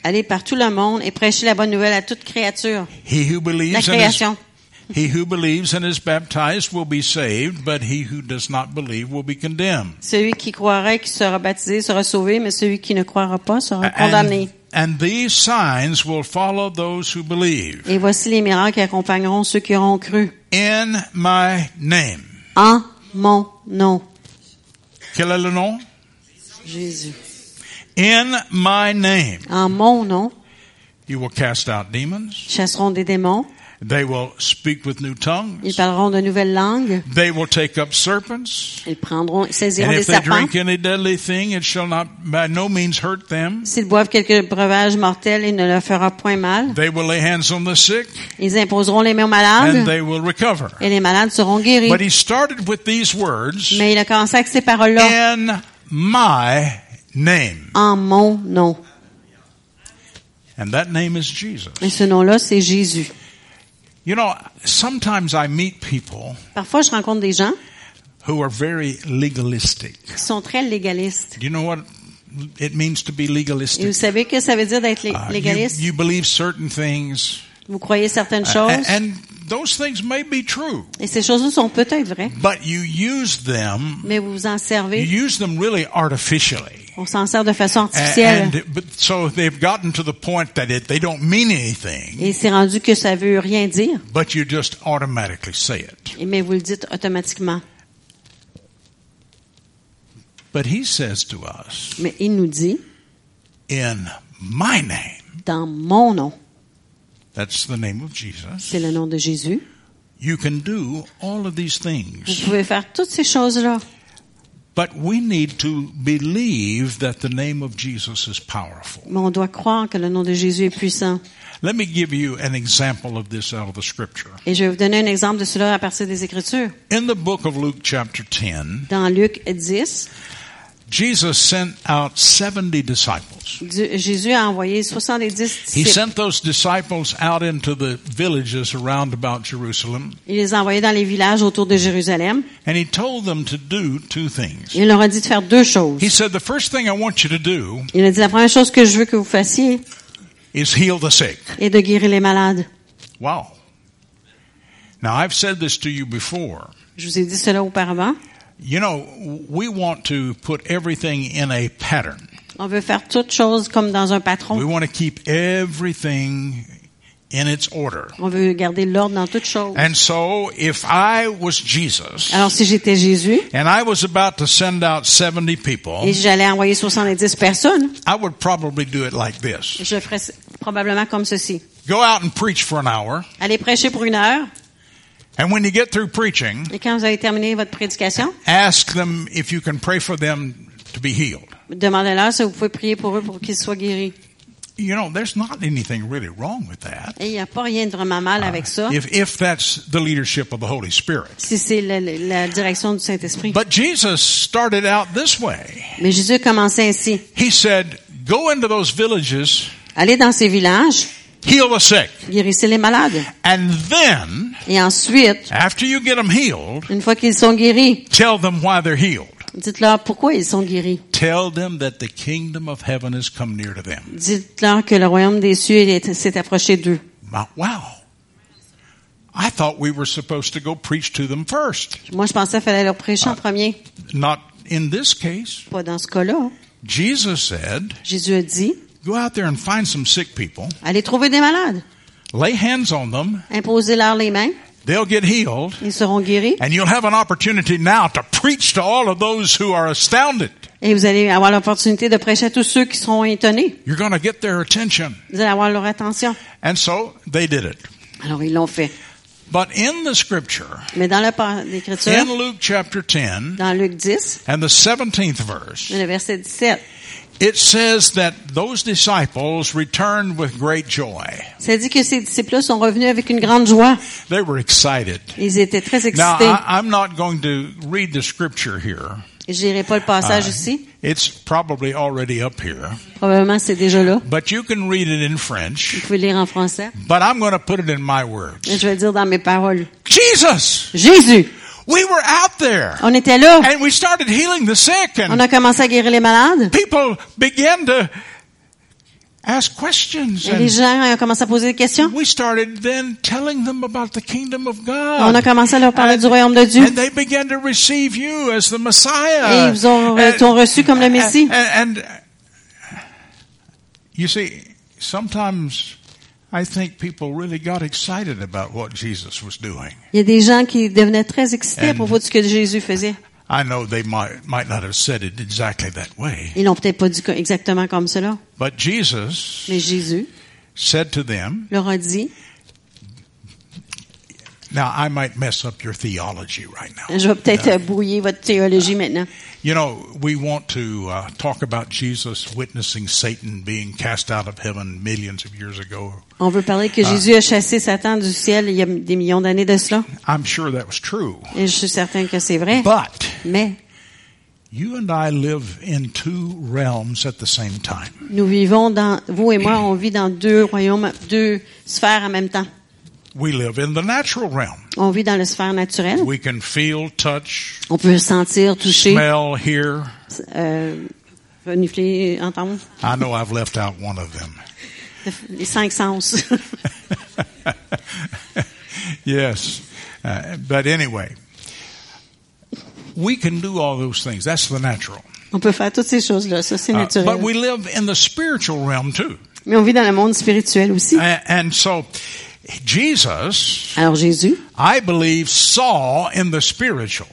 Speaker 1: Allez par tout le monde et prêchez la bonne nouvelle à toute créature.
Speaker 3: He who
Speaker 1: La
Speaker 3: believes and is,
Speaker 1: création.
Speaker 3: he who believes and is baptized will be saved, but he who does not believe will be condemned.
Speaker 1: Celui qui croirait, qui sera baptisé, sera sauvé, mais celui qui ne croira pas sera
Speaker 3: Ah,
Speaker 1: condamné.
Speaker 3: And, and these signs will follow those who believe
Speaker 1: Et voici les miracles qui accompagneront ceux qui auront cru.
Speaker 3: in my name.
Speaker 1: En mon nom.
Speaker 3: Quel est le nom?
Speaker 1: Jésus.
Speaker 3: In my name.
Speaker 1: En mon nom,
Speaker 3: You will cast out demons.
Speaker 1: chasseront des démons,
Speaker 3: They will speak with new
Speaker 1: ils
Speaker 3: tongues.
Speaker 1: parleront de nouvelles langues,
Speaker 3: They will take up serpents.
Speaker 1: ils prendront, saisiront
Speaker 3: And
Speaker 1: des
Speaker 3: if they
Speaker 1: serpents.
Speaker 3: drink any deadly thing, it shall not by no means hurt them.
Speaker 1: S'ils boivent quelques breuvages mortels, il ne leur fera point mal.
Speaker 3: They will lay hands on the sick
Speaker 1: Ils imposeront les mains aux
Speaker 3: and
Speaker 1: malades
Speaker 3: they will recover.
Speaker 1: et les malades seront
Speaker 3: But
Speaker 1: guéris.
Speaker 3: he started with these words
Speaker 1: Mais il a commencé avec ces paroles-là.
Speaker 3: in my name.
Speaker 1: En mon nom.
Speaker 3: And that name is Jesus.
Speaker 1: Et ce nom-là, c'est Jésus.
Speaker 3: You know, sometimes I meet people
Speaker 1: Parfois, je rencontre des gens
Speaker 3: who are very legalistic.
Speaker 1: qui sont très légalistes.
Speaker 3: Do you know what it means to be legalistic?
Speaker 1: Et vous savez que ça veut dire d'être lé-
Speaker 3: Uh, you-
Speaker 1: légaliste?
Speaker 3: You, believe certain things,
Speaker 1: Vous croyez certaines
Speaker 3: uh,
Speaker 1: choses.
Speaker 3: and, those things may be true,
Speaker 1: Et ces choses-là sont peut-être vraies,
Speaker 3: but you use them.
Speaker 1: mais vous vous en
Speaker 3: You
Speaker 1: servez.
Speaker 3: use them really artificially,
Speaker 1: On s'en sert de façon
Speaker 3: A-
Speaker 1: artificielle.
Speaker 3: and but, so they've gotten to the point that it, they don't mean anything,
Speaker 1: Et c'est rendu que ça veut rien dire,
Speaker 3: but you just automatically say it.
Speaker 1: mais vous le dites automatiquement.
Speaker 3: But he says to us,
Speaker 1: Mais il nous dit,
Speaker 3: "In my name,
Speaker 1: dans mon nom,
Speaker 3: that's the name of Jesus,
Speaker 1: c'est le nom de Jésus,
Speaker 3: you can do all of these
Speaker 1: vous
Speaker 3: things."
Speaker 1: pouvez faire toutes ces choses-là.
Speaker 3: But we need to believe that the name of Jesus is powerful.
Speaker 1: Mais on doit croire que le nom de Jésus est puissant.
Speaker 3: Let me give you an example of this out of the scripture.
Speaker 1: Et je vais vous donner un exemple de cela à partir des Écritures.
Speaker 3: In the book of Luke, chapter 10,
Speaker 1: Dans Luc 10,
Speaker 3: Jesus sent out 70 disciples.
Speaker 1: Dieu- Jésus a envoyé 70
Speaker 3: He
Speaker 1: disciples.
Speaker 3: sent those disciples out into the villages around about Jerusalem,
Speaker 1: Il les a envoyés dans les villages autour de Jérusalem.
Speaker 3: and he told them to do two things.
Speaker 1: Il leur a dit de faire deux choses.
Speaker 3: He said, The first thing I want you to do
Speaker 1: Il a dit, la première chose que je veux que vous fassiez
Speaker 3: is heal the sick.
Speaker 1: est de guérir les malades.
Speaker 3: Wow. Now, I've said this to you before.
Speaker 1: Je vous ai dit cela auparavant.
Speaker 3: You know, we want to put everything in a pattern.
Speaker 1: On veut faire toutes choses comme dans un
Speaker 3: We
Speaker 1: patron.
Speaker 3: want to keep everything in its order.
Speaker 1: On veut garder l'ordre dans toutes choses.
Speaker 3: And so, if I was Jesus
Speaker 1: Alors si j'étais Jésus
Speaker 3: and I was about to send out 70 people,
Speaker 1: et j'allais envoyer 70 personnes,
Speaker 3: I would probably do it like this
Speaker 1: je ferais probablement comme ceci.
Speaker 3: Go out and preach for an hour,
Speaker 1: Allez prêcher pour une heure
Speaker 3: and when you get through preaching,
Speaker 1: et quand vous avez terminé votre prédication,
Speaker 3: ask them if you can pray for them to be healed.
Speaker 1: demandez-leur si vous pouvez prier pour eux pour qu'ils soient guéris.
Speaker 3: You know, there's not anything really wrong with that.
Speaker 1: Et il n'y a pas rien de vraiment mal avec ça
Speaker 3: If, if that's the leadership of the Holy Spirit.
Speaker 1: si c'est la, la direction du Saint-Esprit.
Speaker 3: But Jesus started out this way.
Speaker 1: Mais Jésus commençait ainsi.
Speaker 3: He said, Go into those villages,
Speaker 1: Allez dans ces villages,
Speaker 3: heal the sick.
Speaker 1: guérissez les malades.
Speaker 3: And then,
Speaker 1: Et ensuite,
Speaker 3: after you get them healed,
Speaker 1: une fois qu'ils sont guéris,
Speaker 3: Tell them why they're healed.
Speaker 1: dites-leur pourquoi ils sont guéris.
Speaker 3: Tell them that the kingdom of heaven has come near to them.
Speaker 1: Dites-leur que le royaume des cieux il est- s'est approché d'eux.
Speaker 3: My- Wow. I thought we were supposed to go preach to them first.
Speaker 1: Moi, je pensais qu'il fallait leur prêcher en premier.
Speaker 3: Not in this case.
Speaker 1: Pas dans ce cas-là. hein.
Speaker 3: Jesus said,
Speaker 1: Jésus a dit,
Speaker 3: go out there and find some sick people,
Speaker 1: allez trouver des malades,
Speaker 3: lay hands on them,
Speaker 1: imposez-leur les mains,
Speaker 3: they'll get healed,
Speaker 1: ils seront guéris,
Speaker 3: and you'll have an opportunity now to preach to all of those who are astounded.
Speaker 1: et vous allez avoir l'opportunité de prêcher à tous ceux qui seront étonnés.
Speaker 3: You're going to get their attention.
Speaker 1: Vous allez avoir leur attention.
Speaker 3: And so they did it.
Speaker 1: Alors, ils l'ont fait.
Speaker 3: But in the scripture,
Speaker 1: Mais dans le par- l'Écriture,
Speaker 3: in Luke chapter 10
Speaker 1: dans Luke 10,
Speaker 3: and the 17th verse,
Speaker 1: le verset 17,
Speaker 3: it says that those disciples returned with great joy.
Speaker 1: Ça dit que ces disciples sont revenus avec une grande joie.
Speaker 3: They were excited.
Speaker 1: Ils étaient très
Speaker 3: Now,
Speaker 1: excités.
Speaker 3: I, I'm not going to read the scripture here.
Speaker 1: J'irai pas le passage
Speaker 3: Ah.
Speaker 1: ici.
Speaker 3: It's probably already up here,
Speaker 1: Probablement c'est déjà là.
Speaker 3: but you can read it in
Speaker 1: Vous
Speaker 3: French.
Speaker 1: pouvez le lire en français.
Speaker 3: But I'm going to put it in my
Speaker 1: Mais
Speaker 3: words.
Speaker 1: je vais le dire dans mes paroles.
Speaker 3: Jesus,
Speaker 1: Jésus,
Speaker 3: we were out there
Speaker 1: on était là.
Speaker 3: and we started healing the sick
Speaker 1: On
Speaker 3: and
Speaker 1: a commencé à guérir les malades.
Speaker 3: people began to ask questions
Speaker 1: Et les
Speaker 3: and
Speaker 1: gens ont commencé à poser des questions.
Speaker 3: we started then telling them about the kingdom of
Speaker 1: On a
Speaker 3: God.
Speaker 1: commencé à leur parler du royaume de Dieu.
Speaker 3: And they began to receive you as the
Speaker 1: Et
Speaker 3: Messiah.
Speaker 1: ils vous ont,
Speaker 3: And-
Speaker 1: t'ont reçu comme le Messie.
Speaker 3: And, and- you see, sometimes I think people really got excited about what Jesus was doing.
Speaker 1: Il y a des gens qui devenaient très excités à
Speaker 3: And-
Speaker 1: propos de ce que Jésus faisait.
Speaker 3: I know they might might not have said it exactly that way,
Speaker 1: Ils l'ont peut-être pas dit co- exactement comme cela.
Speaker 3: but Jesus
Speaker 1: Mais Jésus
Speaker 3: said to them,
Speaker 1: leur a dit,
Speaker 3: "Now I might mess up your theology right now.
Speaker 1: je vais peut-être euh, brouiller votre théologie maintenant.
Speaker 3: You know, we want to uh, talk about Jesus witnessing Satan being cast out of heaven millions of years ago.
Speaker 1: On veut parler que
Speaker 3: Ah.
Speaker 1: Jésus a chassé Satan du ciel il y a des millions d'années de cela.
Speaker 3: I'm sure that was true,
Speaker 1: Et je suis certain que c'est vrai.
Speaker 3: but."
Speaker 1: Mais
Speaker 3: You and I live in two realms at the same time.
Speaker 1: nous vivons dans, vous et moi, on vit dans deux royaumes, deux sphères en même temps.
Speaker 3: We live in the natural realm.
Speaker 1: On vit dans la sphère naturelle.
Speaker 3: We can feel, touch,
Speaker 1: On peut sentir, toucher,
Speaker 3: smell, hear.
Speaker 1: euh, renifler, entendre.
Speaker 3: I know I've left out one of them.
Speaker 1: Les cinq sens. <laughs>
Speaker 3: yes. Uh, but anyway, we can do all those things. That's the natural.
Speaker 1: on peut faire toutes ces choses-là. Ça, c'est
Speaker 3: Uh, but
Speaker 1: naturel.
Speaker 3: we live in the spiritual realm too.
Speaker 1: Mais on vit dans le monde spirituel aussi.
Speaker 3: A- And so Jesus,
Speaker 1: Alors Jésus
Speaker 3: I believe, saw in the spiritual.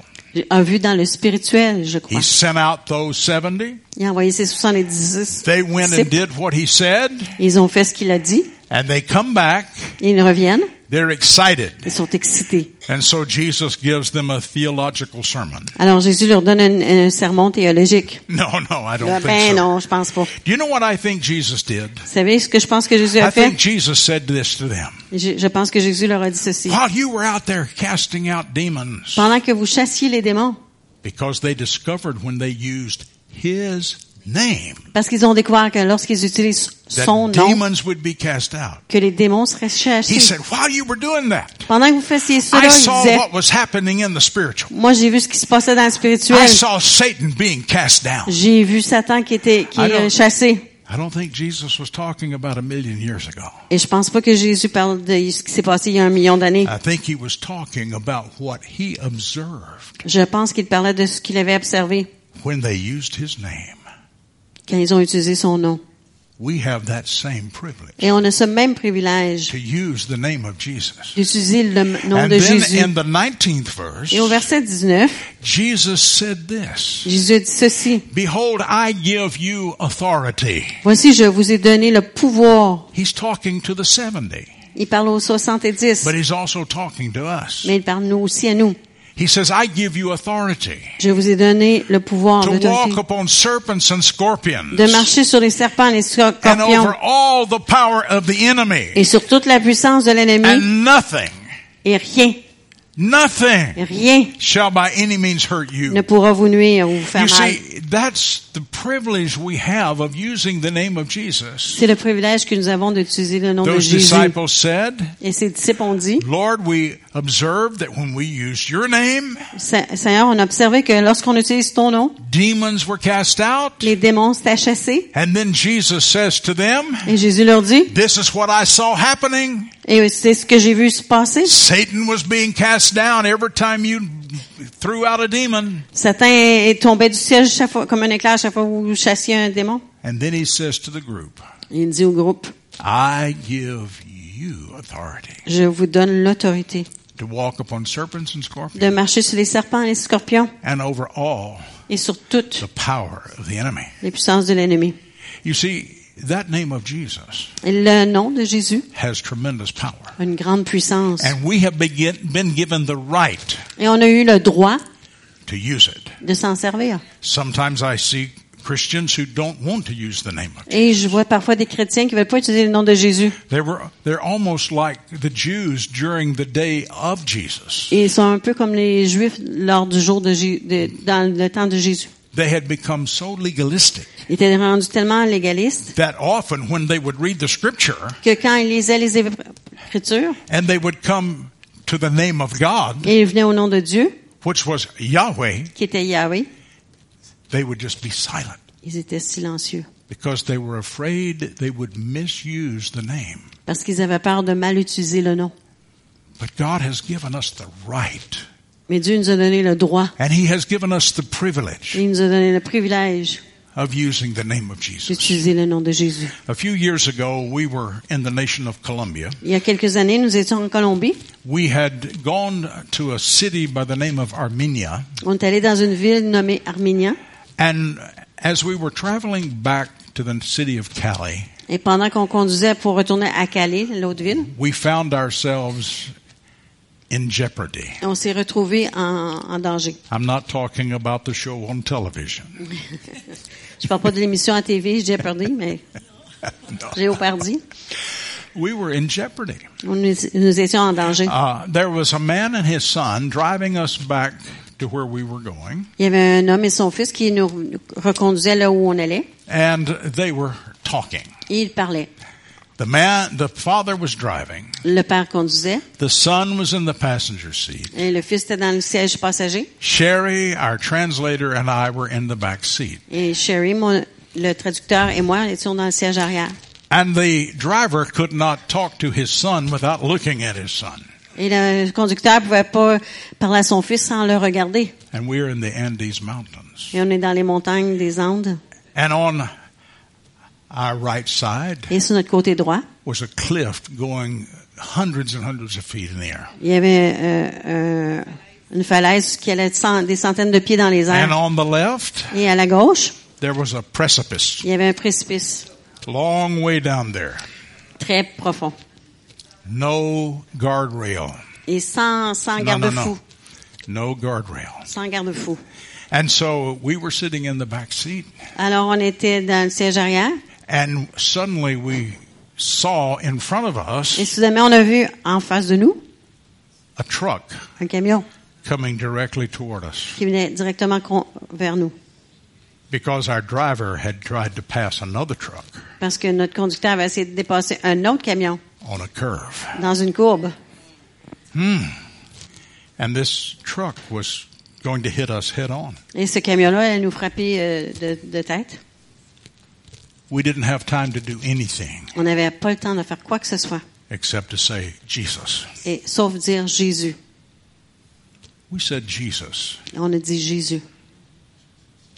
Speaker 1: a vu dans le spirituel, je crois.
Speaker 3: He sent out those 70.
Speaker 1: Il a envoyé ses 70.
Speaker 3: They went and
Speaker 1: disciples.
Speaker 3: did what he said.
Speaker 1: Ils ont fait ce qu'il a dit.
Speaker 3: And they come back,
Speaker 1: Et ils reviennent.
Speaker 3: they're excited.
Speaker 1: Ils sont excités.
Speaker 3: And so Jesus gives them a theological sermon. <laughs>
Speaker 1: Alors Jésus leur donne un, un sermon théologique.
Speaker 3: No, no, I don't
Speaker 1: Là,
Speaker 3: think
Speaker 1: ben
Speaker 3: so.
Speaker 1: non, je pense pas. Vous
Speaker 3: Do you know what I think Jesus did?
Speaker 1: savez ce que je pense que Jésus
Speaker 3: I
Speaker 1: a fait?
Speaker 3: think Jesus said this to them.
Speaker 1: Je, je pense que Jésus leur a dit ceci.
Speaker 3: While you were out there casting out demons,
Speaker 1: Pendant que vous chassiez les démons,
Speaker 3: because they discovered when they used his name
Speaker 1: parce qu'ils ont découvert que lorsqu'ils utilisent son
Speaker 3: that
Speaker 1: nom,
Speaker 3: demons would be cast out.
Speaker 1: que les démons seraient
Speaker 3: He
Speaker 1: chassés.
Speaker 3: said, while you were doing that,
Speaker 1: Pendant que vous fassiez cela,
Speaker 3: I
Speaker 1: il
Speaker 3: saw
Speaker 1: disait,
Speaker 3: what was happening in the spiritual.
Speaker 1: moi j'ai vu ce qui se passait dans le
Speaker 3: I
Speaker 1: spirituel.
Speaker 3: saw Satan being cast down.
Speaker 1: J'ai vu Satan qui était qui
Speaker 3: I
Speaker 1: est
Speaker 3: don't-
Speaker 1: chassé.
Speaker 3: I don't think Jesus was talking about a million years ago.
Speaker 1: Et je pense pas que Jésus parle de ce qui s'est passé il y a un million d'années.
Speaker 3: I think he was talking about what he observed
Speaker 1: Je pense qu'il parlait de ce qu'il avait observé
Speaker 3: when they used his name.
Speaker 1: quand ils ont utilisé son nom.
Speaker 3: We have that same privilege
Speaker 1: Et on a ce même privilège
Speaker 3: to use the name of Jesus.
Speaker 1: d'utiliser le m- nom
Speaker 3: And
Speaker 1: de
Speaker 3: then
Speaker 1: Jésus.
Speaker 3: in the 19th verse,
Speaker 1: Et au verset 19,
Speaker 3: Jesus said this
Speaker 1: Jésus a dit ceci.
Speaker 3: Behold, I give you authority.
Speaker 1: Voici, je vous ai donné le pouvoir.
Speaker 3: He's talking to the 70,
Speaker 1: Il parle aux 70,
Speaker 3: but he's also talking to us.
Speaker 1: mais il parle nous aussi à nous.
Speaker 3: He says, I give you authority
Speaker 1: Je vous ai donné le pouvoir
Speaker 3: to
Speaker 1: l'autorité,
Speaker 3: walk upon serpents and scorpions
Speaker 1: de marcher sur les serpents, les
Speaker 3: and
Speaker 1: scorpions
Speaker 3: over all the power of the enemy,
Speaker 1: et sur toute la puissance de l'ennemi
Speaker 3: and nothing,
Speaker 1: et rien,
Speaker 3: nothing
Speaker 1: rien
Speaker 3: shall by any means hurt
Speaker 1: ne
Speaker 3: you.
Speaker 1: pourra vous nuire ou vous faire
Speaker 3: You
Speaker 1: mal.
Speaker 3: see, that's the privilege we have of using the name of Jesus.
Speaker 1: C'est le privilège que nous avons d'utiliser le nom de
Speaker 3: Those
Speaker 1: Jésus.
Speaker 3: disciples said,
Speaker 1: Et ses disciples ont dit,
Speaker 3: Lord, we observed that when we used your name,
Speaker 1: Se- Seigneur, on a observé que lorsqu'on utilise ton nom,
Speaker 3: demons were cast out.
Speaker 1: les démons s'étaient chassés.
Speaker 3: And then Jesus says to them,
Speaker 1: Et Jésus leur dit,
Speaker 3: This is what I saw happening.
Speaker 1: et c'est ce que j'ai vu se passer.
Speaker 3: Satan was being cast down every time you threw out a demon.
Speaker 1: Satan est tombé du ciel chaque fois, comme un éclair chaque fois que vous chassiez un démon.
Speaker 3: And then he says to the group,
Speaker 1: Il dit au groupe,
Speaker 3: I give you authority
Speaker 1: je vous donne l'autorité
Speaker 3: to walk upon serpents and scorpions
Speaker 1: de marcher sur les serpents et les scorpions
Speaker 3: and over all
Speaker 1: et sur toutes
Speaker 3: the power of the enemy.
Speaker 1: les puissances de l'ennemi.
Speaker 3: You see, that name of Jesus
Speaker 1: Et Le nom de Jésus
Speaker 3: has tremendous power.
Speaker 1: a une grande puissance.
Speaker 3: And we have begin, been given the right
Speaker 1: Et on a eu le droit
Speaker 3: to use it.
Speaker 1: de s'en servir.
Speaker 3: Sometimes I see Christians who don't want to use the name of Jesus.
Speaker 1: Et je vois parfois des chrétiens qui veulent pas utiliser le nom de Jésus.
Speaker 3: They were they're almost like the Jews during the day of Jesus.
Speaker 1: Et ils sont un peu comme les Juifs lors du jour de, Jé- de- dans le temps de Jésus.
Speaker 3: They had become so legalistic
Speaker 1: Ils étaient rendus tellement légalistes
Speaker 3: that often when they would read the scripture
Speaker 1: que quand ils lisaient les Écritures,
Speaker 3: and they would come to the name of God,
Speaker 1: et ils venaient au nom de Dieu,
Speaker 3: which was Yahweh,
Speaker 1: qui était Yahweh,
Speaker 3: they would just be silent
Speaker 1: ils étaient silencieux
Speaker 3: because they were afraid they would misuse the name.
Speaker 1: parce qu'ils avaient peur de mal utiliser le nom.
Speaker 3: But God has given us the right
Speaker 1: Mais Dieu nous a donné le droit.
Speaker 3: and He has given us the privilege
Speaker 1: Il nous a donné le privilège
Speaker 3: of using the name of Jesus.
Speaker 1: d'utiliser le nom de Jésus.
Speaker 3: A few years ago, we were in the nation of Colombia.
Speaker 1: Il y a quelques années, nous étions en Colombie.
Speaker 3: We had gone to a city by the name of Armenia,
Speaker 1: On est allé dans une ville nommée Arménia.
Speaker 3: and as we were traveling back to the city of Cali,
Speaker 1: Et pendant qu'on conduisait pour retourner à Calais, l'autre ville,
Speaker 3: we found ourselves in jeopardy.
Speaker 1: on s'est retrouvés en, en danger.
Speaker 3: I'm not talking about the show on television. <laughs>
Speaker 1: Je parle pas de l'émission à TV, Jeopardy, mais Géopardy.
Speaker 3: We were in jeopardy.
Speaker 1: On nous, nous étions en danger.
Speaker 3: Uh, there was a man and his son driving us back to where we were going,
Speaker 1: Il y avait un homme et son fils qui nous reconduisaient là où on allait.
Speaker 3: and they were talking.
Speaker 1: Et ils parlaient.
Speaker 3: The man, the father was driving.
Speaker 1: Le père conduisait
Speaker 3: The son was in the passenger seat.
Speaker 1: et le fils était dans le siège passager.
Speaker 3: Sherry, our translator, and I were in the back seat.
Speaker 1: Et Sherry, mon- le traducteur et moi étions dans le siège arrière.
Speaker 3: And the driver could not talk to his son without looking at his son.
Speaker 1: Et le conducteur pouvait pas parler à son fils sans le regarder.
Speaker 3: And we are in the Andes Mountains.
Speaker 1: Et on est dans les montagnes des Andes.
Speaker 3: And on our right side
Speaker 1: Et sur notre côté droit,
Speaker 3: was a cliff going hundreds and hundreds of feet in the air.
Speaker 1: il y avait euh, euh, une falaise qui allait de cent- des centaines de pieds dans les
Speaker 3: And
Speaker 1: airs.
Speaker 3: on the left,
Speaker 1: Et à la gauche,
Speaker 3: there was a precipice,
Speaker 1: il y avait un précipice
Speaker 3: long way down there.
Speaker 1: très profond.
Speaker 3: No guardrail.
Speaker 1: Et sans, sans
Speaker 3: No, no,
Speaker 1: garde-fou.
Speaker 3: no. No guardrail.
Speaker 1: Sans garde-fou.
Speaker 3: And so we were sitting in the back seat,
Speaker 1: Alors, on était dans le siège arrière.
Speaker 3: and suddenly we saw in front of
Speaker 1: Et
Speaker 3: us
Speaker 1: soudainement, on a vu en face de nous
Speaker 3: a truck
Speaker 1: un camion
Speaker 3: coming directly toward us
Speaker 1: qui venait directement con- vers nous.
Speaker 3: because our driver had tried to pass another truck
Speaker 1: Parce que notre conducteur avait essayé de dépasser un autre camion
Speaker 3: on a curve. Hmm.
Speaker 1: dans une courbe.
Speaker 3: And this truck was going to hit us head on.
Speaker 1: Et ce camion-là allait nous frapper euh, de, de tête.
Speaker 3: We didn't have time to do anything
Speaker 1: On n'avait pas le temps de faire quoi que ce soit.
Speaker 3: except to say, Jesus.
Speaker 1: Et, sauf dire Jésus.
Speaker 3: We said, Jesus.
Speaker 1: On a dit Jésus.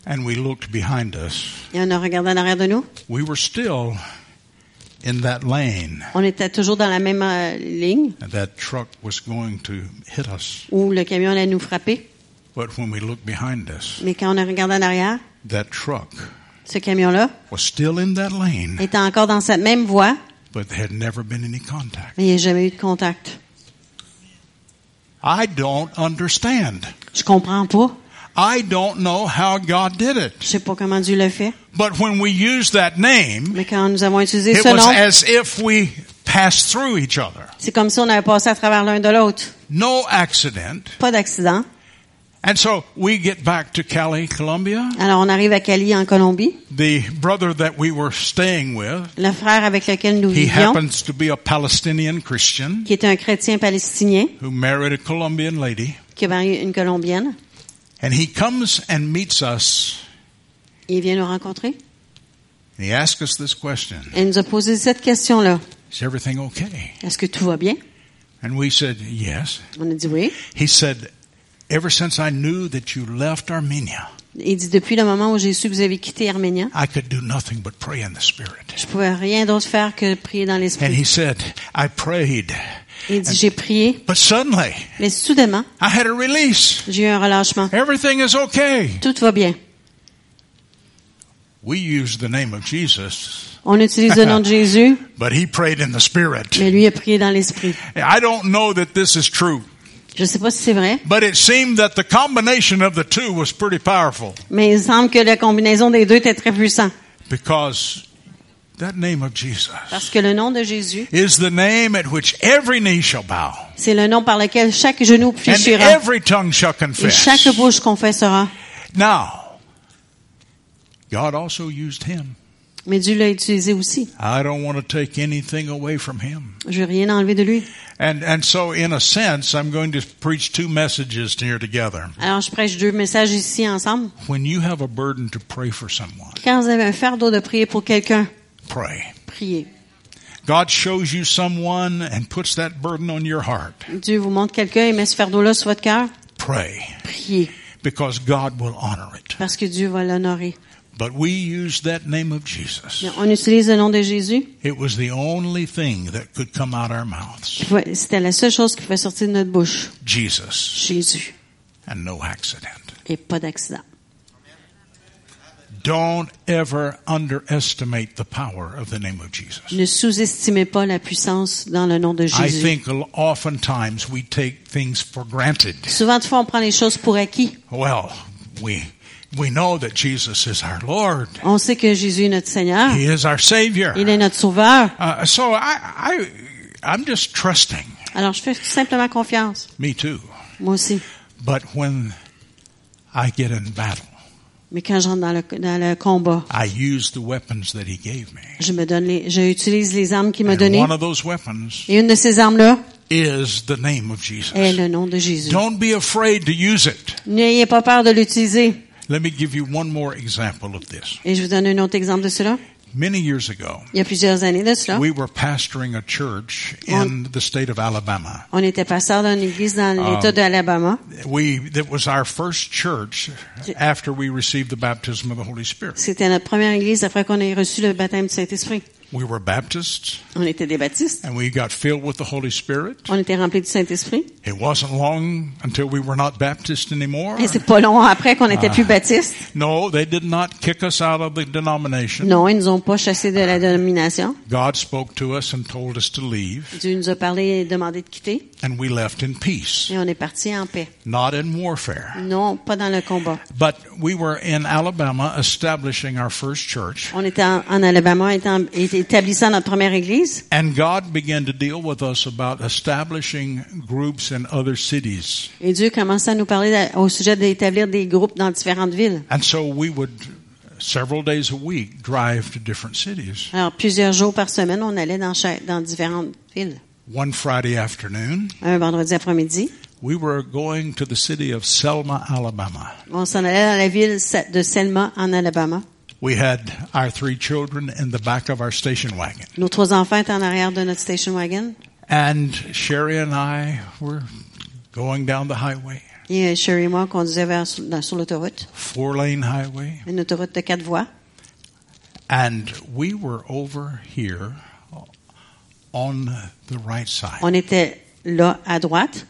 Speaker 3: And we looked behind us.
Speaker 1: Et on a regardé en arrière de nous.
Speaker 3: We were still in that lane.
Speaker 1: On était toujours dans la même euh, ligne
Speaker 3: And that truck was going to hit us.
Speaker 1: où le camion allait nous frapper.
Speaker 3: But when we looked behind us,
Speaker 1: Mais quand on a regardé en arrière,
Speaker 3: that truck
Speaker 1: ce camion-là
Speaker 3: was still in that lane,
Speaker 1: était encore dans cette même voie,
Speaker 3: but there had never been any contact.
Speaker 1: mais il n'y a jamais eu de contact.
Speaker 3: I don't understand.
Speaker 1: Je comprends pas.
Speaker 3: I don't know how God did
Speaker 1: Je
Speaker 3: it.
Speaker 1: sais pas comment Dieu le fait.
Speaker 3: But when we used that name,
Speaker 1: Mais quand nous avons utilisé
Speaker 3: it
Speaker 1: ce
Speaker 3: was
Speaker 1: nom,
Speaker 3: as if we passed through each other.
Speaker 1: c'est comme si on avait passé à travers l'un de l'autre.
Speaker 3: No accident.
Speaker 1: Pas d'accident.
Speaker 3: And so we get back to Cali, Colombia.
Speaker 1: Alors on arrive à Cali en Colombie.
Speaker 3: The brother that we were staying with,
Speaker 1: Le frère avec lequel nous
Speaker 3: he
Speaker 1: vivions,
Speaker 3: happens to be a Palestinian Christian
Speaker 1: qui est un chrétien palestinien,
Speaker 3: who married a Colombian lady.
Speaker 1: qui a marié une Colombienne,
Speaker 3: And he comes and meets us.
Speaker 1: il vient nous rencontrer.
Speaker 3: And he asks us this question.
Speaker 1: Elle nous a posé cette question-là.
Speaker 3: Is everything okay?
Speaker 1: Est-ce que tout va bien?
Speaker 3: And we said, yes.
Speaker 1: On a dit oui.
Speaker 3: He said, ever since I knew that you left Armenia,
Speaker 1: Il dit, depuis le moment où j'ai su que vous avez quitté Arménien,
Speaker 3: I could do nothing but pray in the Spirit.
Speaker 1: je pouvais rien d'autre faire que prier dans
Speaker 3: And
Speaker 1: l'esprit.
Speaker 3: he said, I prayed,
Speaker 1: Il dit, j'ai prié,
Speaker 3: but suddenly
Speaker 1: mais soudainement,
Speaker 3: I had a release.
Speaker 1: j'ai eu un relâchement.
Speaker 3: Everything is okay.
Speaker 1: Tout va bien.
Speaker 3: We use the name of Jesus,
Speaker 1: On utilise le nom
Speaker 3: <laughs>
Speaker 1: de Jésus,
Speaker 3: but he prayed in the Spirit.
Speaker 1: mais lui a prié dans l'esprit.
Speaker 3: I don't know that this is true.
Speaker 1: Je ne sais pas si c'est vrai,
Speaker 3: But it seemed that the combination of the two was pretty powerful
Speaker 1: mais il semble que la combinaison des deux était très puissante.
Speaker 3: because that name of Jesus
Speaker 1: Parce que le nom de Jésus,
Speaker 3: is the name at which every knee shall bow
Speaker 1: c'est le nom par lequel chaque genou
Speaker 3: and
Speaker 1: fléchira
Speaker 3: every tongue shall
Speaker 1: et
Speaker 3: confess.
Speaker 1: chaque bouche confessera.
Speaker 3: Now, God also used him.
Speaker 1: Mais Dieu l'a utilisé aussi.
Speaker 3: I don't want to take anything away from him.
Speaker 1: Je veux rien enlever de lui.
Speaker 3: And, and so, in a sense, I'm going to preach two messages here together.
Speaker 1: Alors, je prêche deux messages ici ensemble.
Speaker 3: When you have a burden to pray for someone,
Speaker 1: Quand vous avez un fardeau de prier pour quelqu'un,
Speaker 3: pray.
Speaker 1: priez.
Speaker 3: God shows you someone and puts that burden on your heart.
Speaker 1: Dieu vous montre quelqu'un et met ce fardeau-là sur votre cœur,
Speaker 3: Pray.
Speaker 1: priez.
Speaker 3: Because God will honor it.
Speaker 1: Parce que Dieu va l'honorer.
Speaker 3: But we use that name of Jesus.
Speaker 1: Mais On utilise le nom de Jésus.
Speaker 3: It was the only thing that could come out our mouths.
Speaker 1: Ouais, C'était la seule chose qui pouvait sortir de notre bouche.
Speaker 3: Jesus.
Speaker 1: Jésus.
Speaker 3: And no accident.
Speaker 1: Et pas d'accident.
Speaker 3: Don't ever underestimate the power of the name of Jesus.
Speaker 1: Ne sous-estimez pas la puissance dans le nom de
Speaker 3: I
Speaker 1: Jésus.
Speaker 3: think oftentimes we take things for granted.
Speaker 1: Souvent, de fois, on prend les choses pour acquis.
Speaker 3: Well, we we know that Jesus is our Lord.
Speaker 1: On sait que Jésus est notre Seigneur.
Speaker 3: He is our Savior.
Speaker 1: Il est notre Sauveur.
Speaker 3: Uh, so I, I I'm just trusting.
Speaker 1: Alors, je fais tout simplement confiance.
Speaker 3: Me too.
Speaker 1: Moi aussi.
Speaker 3: But when I get in battle,
Speaker 1: Mais quand j'entre dans le, dans le combat,
Speaker 3: I use the weapons that He gave me.
Speaker 1: je me donne les, je utilise les armes qu'il m'a
Speaker 3: And
Speaker 1: données.
Speaker 3: one of those weapons
Speaker 1: Et une de ces armes-là
Speaker 3: is the name of Jesus.
Speaker 1: est le nom de Jésus.
Speaker 3: Don't be afraid to use it.
Speaker 1: N'ayez pas peur de l'utiliser.
Speaker 3: Let me give you one more example of this.
Speaker 1: Et je vous donne un autre exemple de cela.
Speaker 3: Many years ago,
Speaker 1: Il y a plusieurs années de cela,
Speaker 3: we were pastoring a church in the state of Alabama.
Speaker 1: on était pasteur dans une église dans
Speaker 3: Ah.
Speaker 1: l'État de l'Alabama.
Speaker 3: We that was our first church after we received the baptism of the Holy Spirit.
Speaker 1: C'était notre première église après qu'on ait reçu le baptême du Saint-Esprit.
Speaker 3: We were Baptists
Speaker 1: On était des baptistes.
Speaker 3: and we got filled with the Holy Spirit.
Speaker 1: On était remplis du Saint-Esprit.
Speaker 3: It wasn't long until we were not Baptist anymore.
Speaker 1: Et c'est pas long après qu'on n'était plus baptistes.
Speaker 3: No, they did not kick us out of the denomination.
Speaker 1: Non, ils nous ont pas chassés de la dénomination.
Speaker 3: God spoke to us and told us to leave,
Speaker 1: Dieu nous a parlé et demandé de quitter.
Speaker 3: and we left in peace,
Speaker 1: Et on est parti en paix.
Speaker 3: not in warfare.
Speaker 1: Non, pas dans le combat.
Speaker 3: But we were in Alabama establishing our first church,
Speaker 1: On était en, en Alabama étant- et- établissant notre première église.
Speaker 3: and God began to deal with us about establishing groups in other cities.
Speaker 1: Et Dieu commençait à nous parler à- au sujet d'établir des groupes dans différentes villes.
Speaker 3: And so we would, several days a week, drive to different cities.
Speaker 1: Alors, plusieurs jours par semaine, on allait dans, chaque- dans différentes villes.
Speaker 3: One Friday afternoon,
Speaker 1: Un vendredi après-midi,
Speaker 3: we were going to the city of Selma, Alabama.
Speaker 1: on s'en allait dans la ville Sa- de Selma, en Alabama.
Speaker 3: We had our three children in the back of our station wagon.
Speaker 1: Nos trois enfants étaient en arrière de notre station wagon.
Speaker 3: And Sherry and I were going down the highway,
Speaker 1: Et euh, Sherry et moi, on conduisait vers, sur dans- sur l'autoroute,
Speaker 3: four lane highway,
Speaker 1: une autoroute de quatre voies.
Speaker 3: and we were over here on the right side.
Speaker 1: On était là, à droite.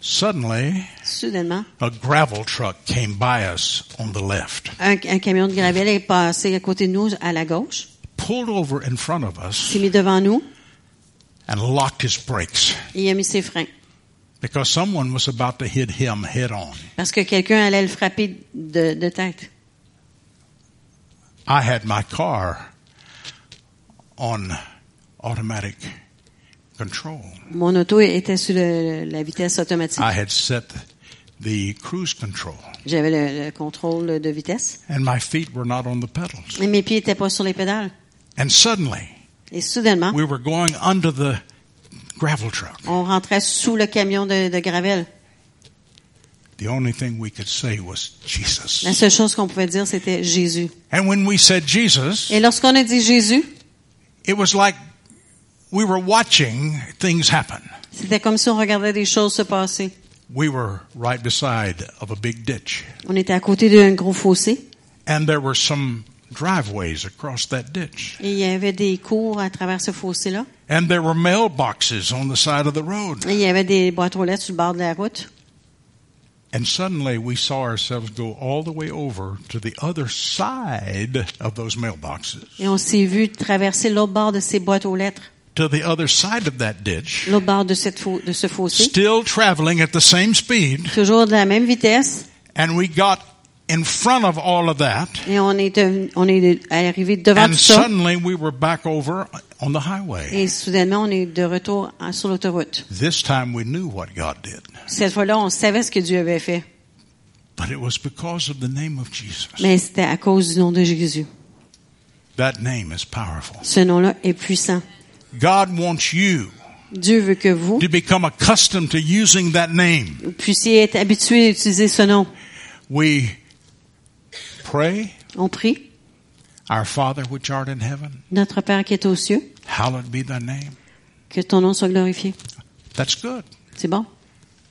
Speaker 3: Suddenly,
Speaker 1: Soudainement,
Speaker 3: a gravel truck came by us on the left,
Speaker 1: un, un camion de gravel est passé à côté de nous, à la gauche,
Speaker 3: pulled over in front of us,
Speaker 1: s'est mis devant nous
Speaker 3: and locked his brakes
Speaker 1: et il a mis ses freins.
Speaker 3: because someone was about to hit him head on.
Speaker 1: Parce que quelqu'un allait le frapper de, de tête.
Speaker 3: I had my car on automatic control.
Speaker 1: Mon auto était sur le- la vitesse automatique.
Speaker 3: I had set the cruise control,
Speaker 1: J'avais le, le contrôle de vitesse.
Speaker 3: and my feet were not on the pedals.
Speaker 1: Et mes pieds étaient pas sur les pédales.
Speaker 3: And suddenly,
Speaker 1: Et soudainement,
Speaker 3: we were going under the gravel truck.
Speaker 1: on rentrait sous le camion de, de gravel.
Speaker 3: The only thing we could say was
Speaker 1: La
Speaker 3: Jesus.
Speaker 1: seule chose qu'on pouvait dire, c'était Jésus.
Speaker 3: And when we said Jesus,
Speaker 1: Et lorsqu'on a dit Jésus,
Speaker 3: it was like we were watching things happen.
Speaker 1: c'était comme si on regardait des choses se passer.
Speaker 3: We were right beside of a big ditch,
Speaker 1: On était à côté d'un gros fossé
Speaker 3: and there were some driveways across that ditch,
Speaker 1: et il y avait des cours à travers ce fossé-là.
Speaker 3: and there were mailboxes on the side of the road.
Speaker 1: Et il y avait des boîtes aux lettres sur le bord de la route.
Speaker 3: And suddenly we saw ourselves go all the way over to the other side of those mailboxes.
Speaker 1: Et on s'est vu traverser l'autre bord de ces boîtes aux lettres.
Speaker 3: to the other side of that ditch,
Speaker 1: l'autre bord de, cette fo- de ce fossé,
Speaker 3: still traveling at the same speed,
Speaker 1: toujours de la même vitesse,
Speaker 3: and we got in front of all of that,
Speaker 1: et on est, devenu- on est arrivé devant
Speaker 3: and
Speaker 1: tout ça,
Speaker 3: suddenly we were back over on the highway.
Speaker 1: et soudainement, on est de retour en- sur l'autoroute.
Speaker 3: This time we knew what God did,
Speaker 1: Cette fois-là, on savait ce que Dieu avait fait,
Speaker 3: but it was because of the name of Jesus.
Speaker 1: mais c'était à cause du nom de Jésus.
Speaker 3: That name is powerful.
Speaker 1: Ce nom-là est puissant.
Speaker 3: God wants you
Speaker 1: Dieu veut que vous
Speaker 3: to become accustomed to using that name.
Speaker 1: puissiez être habitués à utiliser ce nom.
Speaker 3: We pray,
Speaker 1: On prie,
Speaker 3: Our Father which art in heaven,
Speaker 1: Notre Père qui est aux cieux,
Speaker 3: hallowed be thy name.
Speaker 1: que ton nom soit glorifié.
Speaker 3: That's good.
Speaker 1: C'est bon?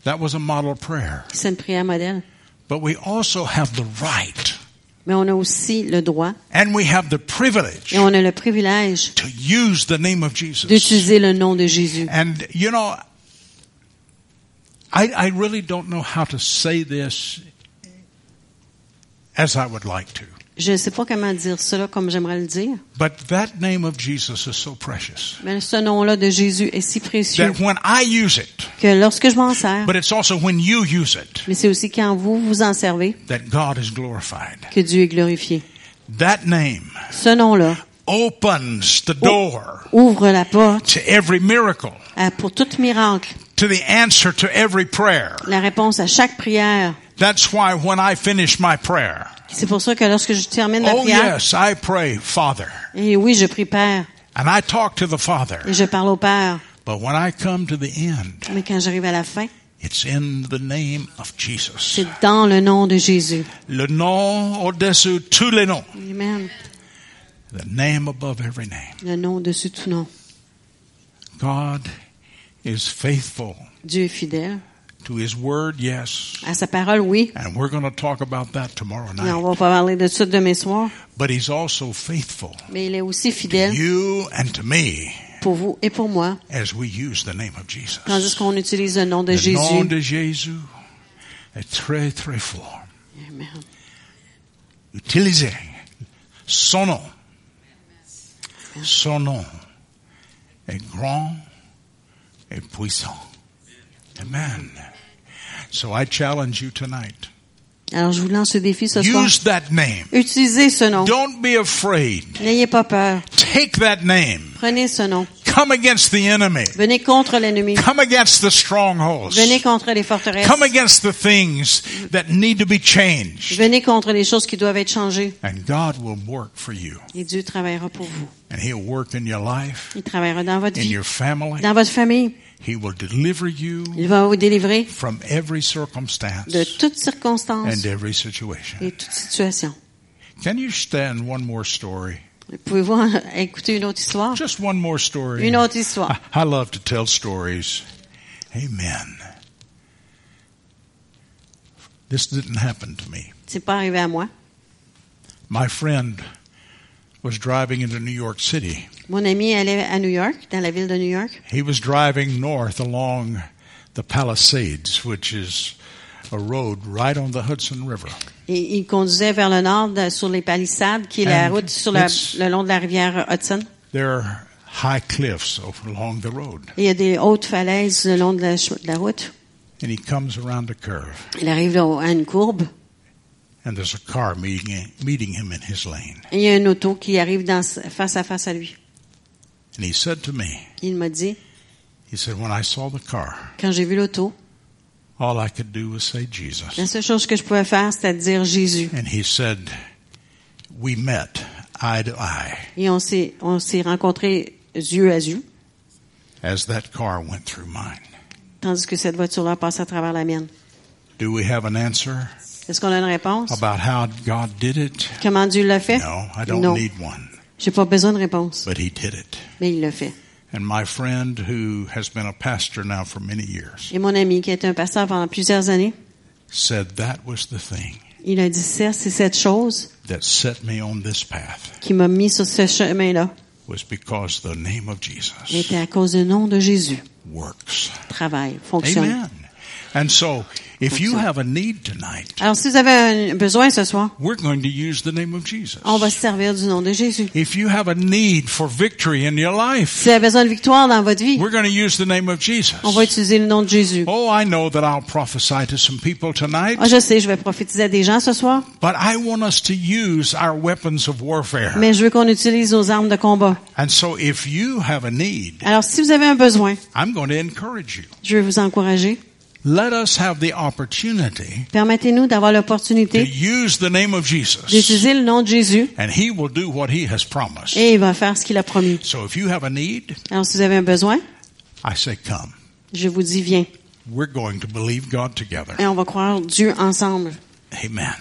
Speaker 3: That was a model prayer.
Speaker 1: C'est une prière modèle.
Speaker 3: But we also have the right
Speaker 1: Mais on a aussi le droit
Speaker 3: and we have the privilege
Speaker 1: et on a le privilège
Speaker 3: to use the name of Jesus.
Speaker 1: d'utiliser le nom de Jésus.
Speaker 3: And you know, I, I really don't know how to say this as I would like to.
Speaker 1: Je ne sais pas comment dire cela comme j'aimerais le dire,
Speaker 3: But that name of Jesus is so precious
Speaker 1: mais ce nom-là de Jésus est si précieux
Speaker 3: that when I use it,
Speaker 1: que lorsque je m'en sers,
Speaker 3: but it's also when you use it,
Speaker 1: mais c'est aussi quand vous vous en servez
Speaker 3: that God is glorified.
Speaker 1: que Dieu est glorifié.
Speaker 3: That name
Speaker 1: Ce nom-là
Speaker 3: opens the door
Speaker 1: ouvre la porte
Speaker 3: to every miracle,
Speaker 1: à- pour tout miracle,
Speaker 3: to the answer to every prayer.
Speaker 1: la réponse à chaque prière.
Speaker 3: That's why when I finish my prayer,
Speaker 1: C'est pour ça que lorsque je termine ma
Speaker 3: oh
Speaker 1: prière,
Speaker 3: yes, I pray, Father,
Speaker 1: et oui, je prie Père
Speaker 3: and I talk to the Father.
Speaker 1: et je parle au Père,
Speaker 3: But when I come to the end,
Speaker 1: mais quand j'arrive à la fin,
Speaker 3: it's in the name of Jesus.
Speaker 1: c'est dans le nom de Jésus.
Speaker 3: Le nom au-dessus de tous les noms,
Speaker 1: Amen.
Speaker 3: the name above every name.
Speaker 1: Le nom dessus tout nom.
Speaker 3: God is faithful
Speaker 1: Dieu est fidèle.
Speaker 3: to His Word, yes,
Speaker 1: À sa parole, oui.
Speaker 3: and we're going to talk about that tomorrow
Speaker 1: Mais on
Speaker 3: night.
Speaker 1: va pas parler de ça demain soir.
Speaker 3: But He's also faithful
Speaker 1: Mais il est aussi
Speaker 3: to
Speaker 1: fidèle
Speaker 3: you and to me
Speaker 1: pour vous et pour moi,
Speaker 3: as we use the name of Jesus.
Speaker 1: tandis qu'on utilise le nom de
Speaker 3: Le nom
Speaker 1: Jésus.
Speaker 3: de Jésus est très très fort.
Speaker 1: Amen.
Speaker 3: Utilisez son nom. Son nom est E grand et puissant. Amen. So I challenge you tonight.
Speaker 1: Alors, je vous lance ce défi ce soir.
Speaker 3: Use that name.
Speaker 1: Utilisez ce nom.
Speaker 3: Don't be afraid.
Speaker 1: N'ayez pas peur.
Speaker 3: Take that name.
Speaker 1: Prenez ce nom.
Speaker 3: Come against the enemy.
Speaker 1: Venez contre l'ennemi.
Speaker 3: Come against the strongholds.
Speaker 1: Venez contre les forteresses.
Speaker 3: Come against the things that need to be changed.
Speaker 1: Venez contre les choses qui doivent être changées.
Speaker 3: And God will work for you.
Speaker 1: Et Dieu travaillera pour vous.
Speaker 3: And He'll work in your life,
Speaker 1: Il travaillera dans votre
Speaker 3: in
Speaker 1: vie,
Speaker 3: your family.
Speaker 1: dans votre famille.
Speaker 3: He will deliver you
Speaker 1: Il va vous délivrer
Speaker 3: from every
Speaker 1: de
Speaker 3: circumstance
Speaker 1: toutes circonstances
Speaker 3: and uh, every situation.
Speaker 1: et toutes situations.
Speaker 3: Can you stand one more story?
Speaker 1: Pouvez-vous en- écouter une autre histoire?
Speaker 3: Just one more story.
Speaker 1: Une autre histoire.
Speaker 3: I, I love to tell stories. Amen. This didn't happen to me.
Speaker 1: C'est pas arrivé à moi.
Speaker 3: My friend was driving into New York City.
Speaker 1: Mon ami allait à New York, dans la ville de New York.
Speaker 3: He was driving north along the Palisades, which is a road right on the Hudson River.
Speaker 1: Et il conduisait vers le nord de- sur les Palisades, qui est la
Speaker 3: And
Speaker 1: route sur la-
Speaker 3: it's-
Speaker 1: le long de la rivière Hudson.
Speaker 3: There are high cliffs over- along the road,
Speaker 1: Et il y a des hautes falaises le long de la, ch- de la route.
Speaker 3: and he comes around a curve,
Speaker 1: Il arrive au- à une courbe.
Speaker 3: and there's a car meeting, meeting him in his lane.
Speaker 1: Et il y a une auto qui arrive dans, face à face à lui.
Speaker 3: And he said to me,
Speaker 1: Il m'a dit,
Speaker 3: he said, when I saw the car,
Speaker 1: quand j'ai vu l'auto,
Speaker 3: all I could do was say
Speaker 1: la
Speaker 3: Jesus.
Speaker 1: seule chose que je pouvais faire, c'était de dire Jésus.
Speaker 3: And he said, we met eye to eye
Speaker 1: Et on s'est, on s'est rencontrés yeux à yeux,
Speaker 3: as that car went through mine.
Speaker 1: tandis que cette voiture-là passe à travers la mienne.
Speaker 3: Do we have an answer
Speaker 1: Est-ce qu'on a une réponse?
Speaker 3: about how God did it?
Speaker 1: Comment Dieu l'a fait?
Speaker 3: No, I don't
Speaker 1: Non.
Speaker 3: need one,
Speaker 1: J'ai pas besoin de réponse.
Speaker 3: but he did it.
Speaker 1: Mais il le fait.
Speaker 3: And my friend, who has been a pastor now for many years,
Speaker 1: Et mon ami, qui était un pasteur pendant plusieurs années,
Speaker 3: said that was the thing
Speaker 1: il a dit, ça, c'est cette chose
Speaker 3: that set me on this path
Speaker 1: qui m'a mis sur ce chemin-là.
Speaker 3: was because the name of
Speaker 1: Était
Speaker 3: Jesus
Speaker 1: à cause du nom de Jésus.
Speaker 3: works.
Speaker 1: Travaille, fonctionne.
Speaker 3: Amen. And so, if you have a need tonight,
Speaker 1: Alors, si vous avez un besoin ce soir,
Speaker 3: we're going to use the name of Jesus.
Speaker 1: on va se servir du nom de Jésus.
Speaker 3: If you have a need for victory in your life,
Speaker 1: Si vous avez besoin de victoire dans votre vie,
Speaker 3: we're going to use the name of Jesus.
Speaker 1: on va utiliser le nom de Jésus.
Speaker 3: Oh, I know that I'll prophesy to some people tonight,
Speaker 1: Ah, je sais, je vais prophétiser à des gens ce soir,
Speaker 3: but I want us to use our weapons of warfare.
Speaker 1: mais je veux qu'on utilise nos armes de combat.
Speaker 3: And so if you have a need,
Speaker 1: Alors, si vous avez un besoin,
Speaker 3: I'm going to encourage you.
Speaker 1: je veux vous encourager.
Speaker 3: Let us have the opportunity
Speaker 1: Permettez-nous d'avoir
Speaker 3: to
Speaker 1: l'opportunité
Speaker 3: use the name of Jesus.
Speaker 1: d'utiliser le nom de Jésus
Speaker 3: And he will do what he has promised.
Speaker 1: et il va faire ce qu'il a promis.
Speaker 3: So if you have a need,
Speaker 1: Alors, si vous avez un besoin,
Speaker 3: I say come.
Speaker 1: je vous dis viens
Speaker 3: We're going to believe God together.
Speaker 1: et on va croire Dieu ensemble.
Speaker 3: Amen.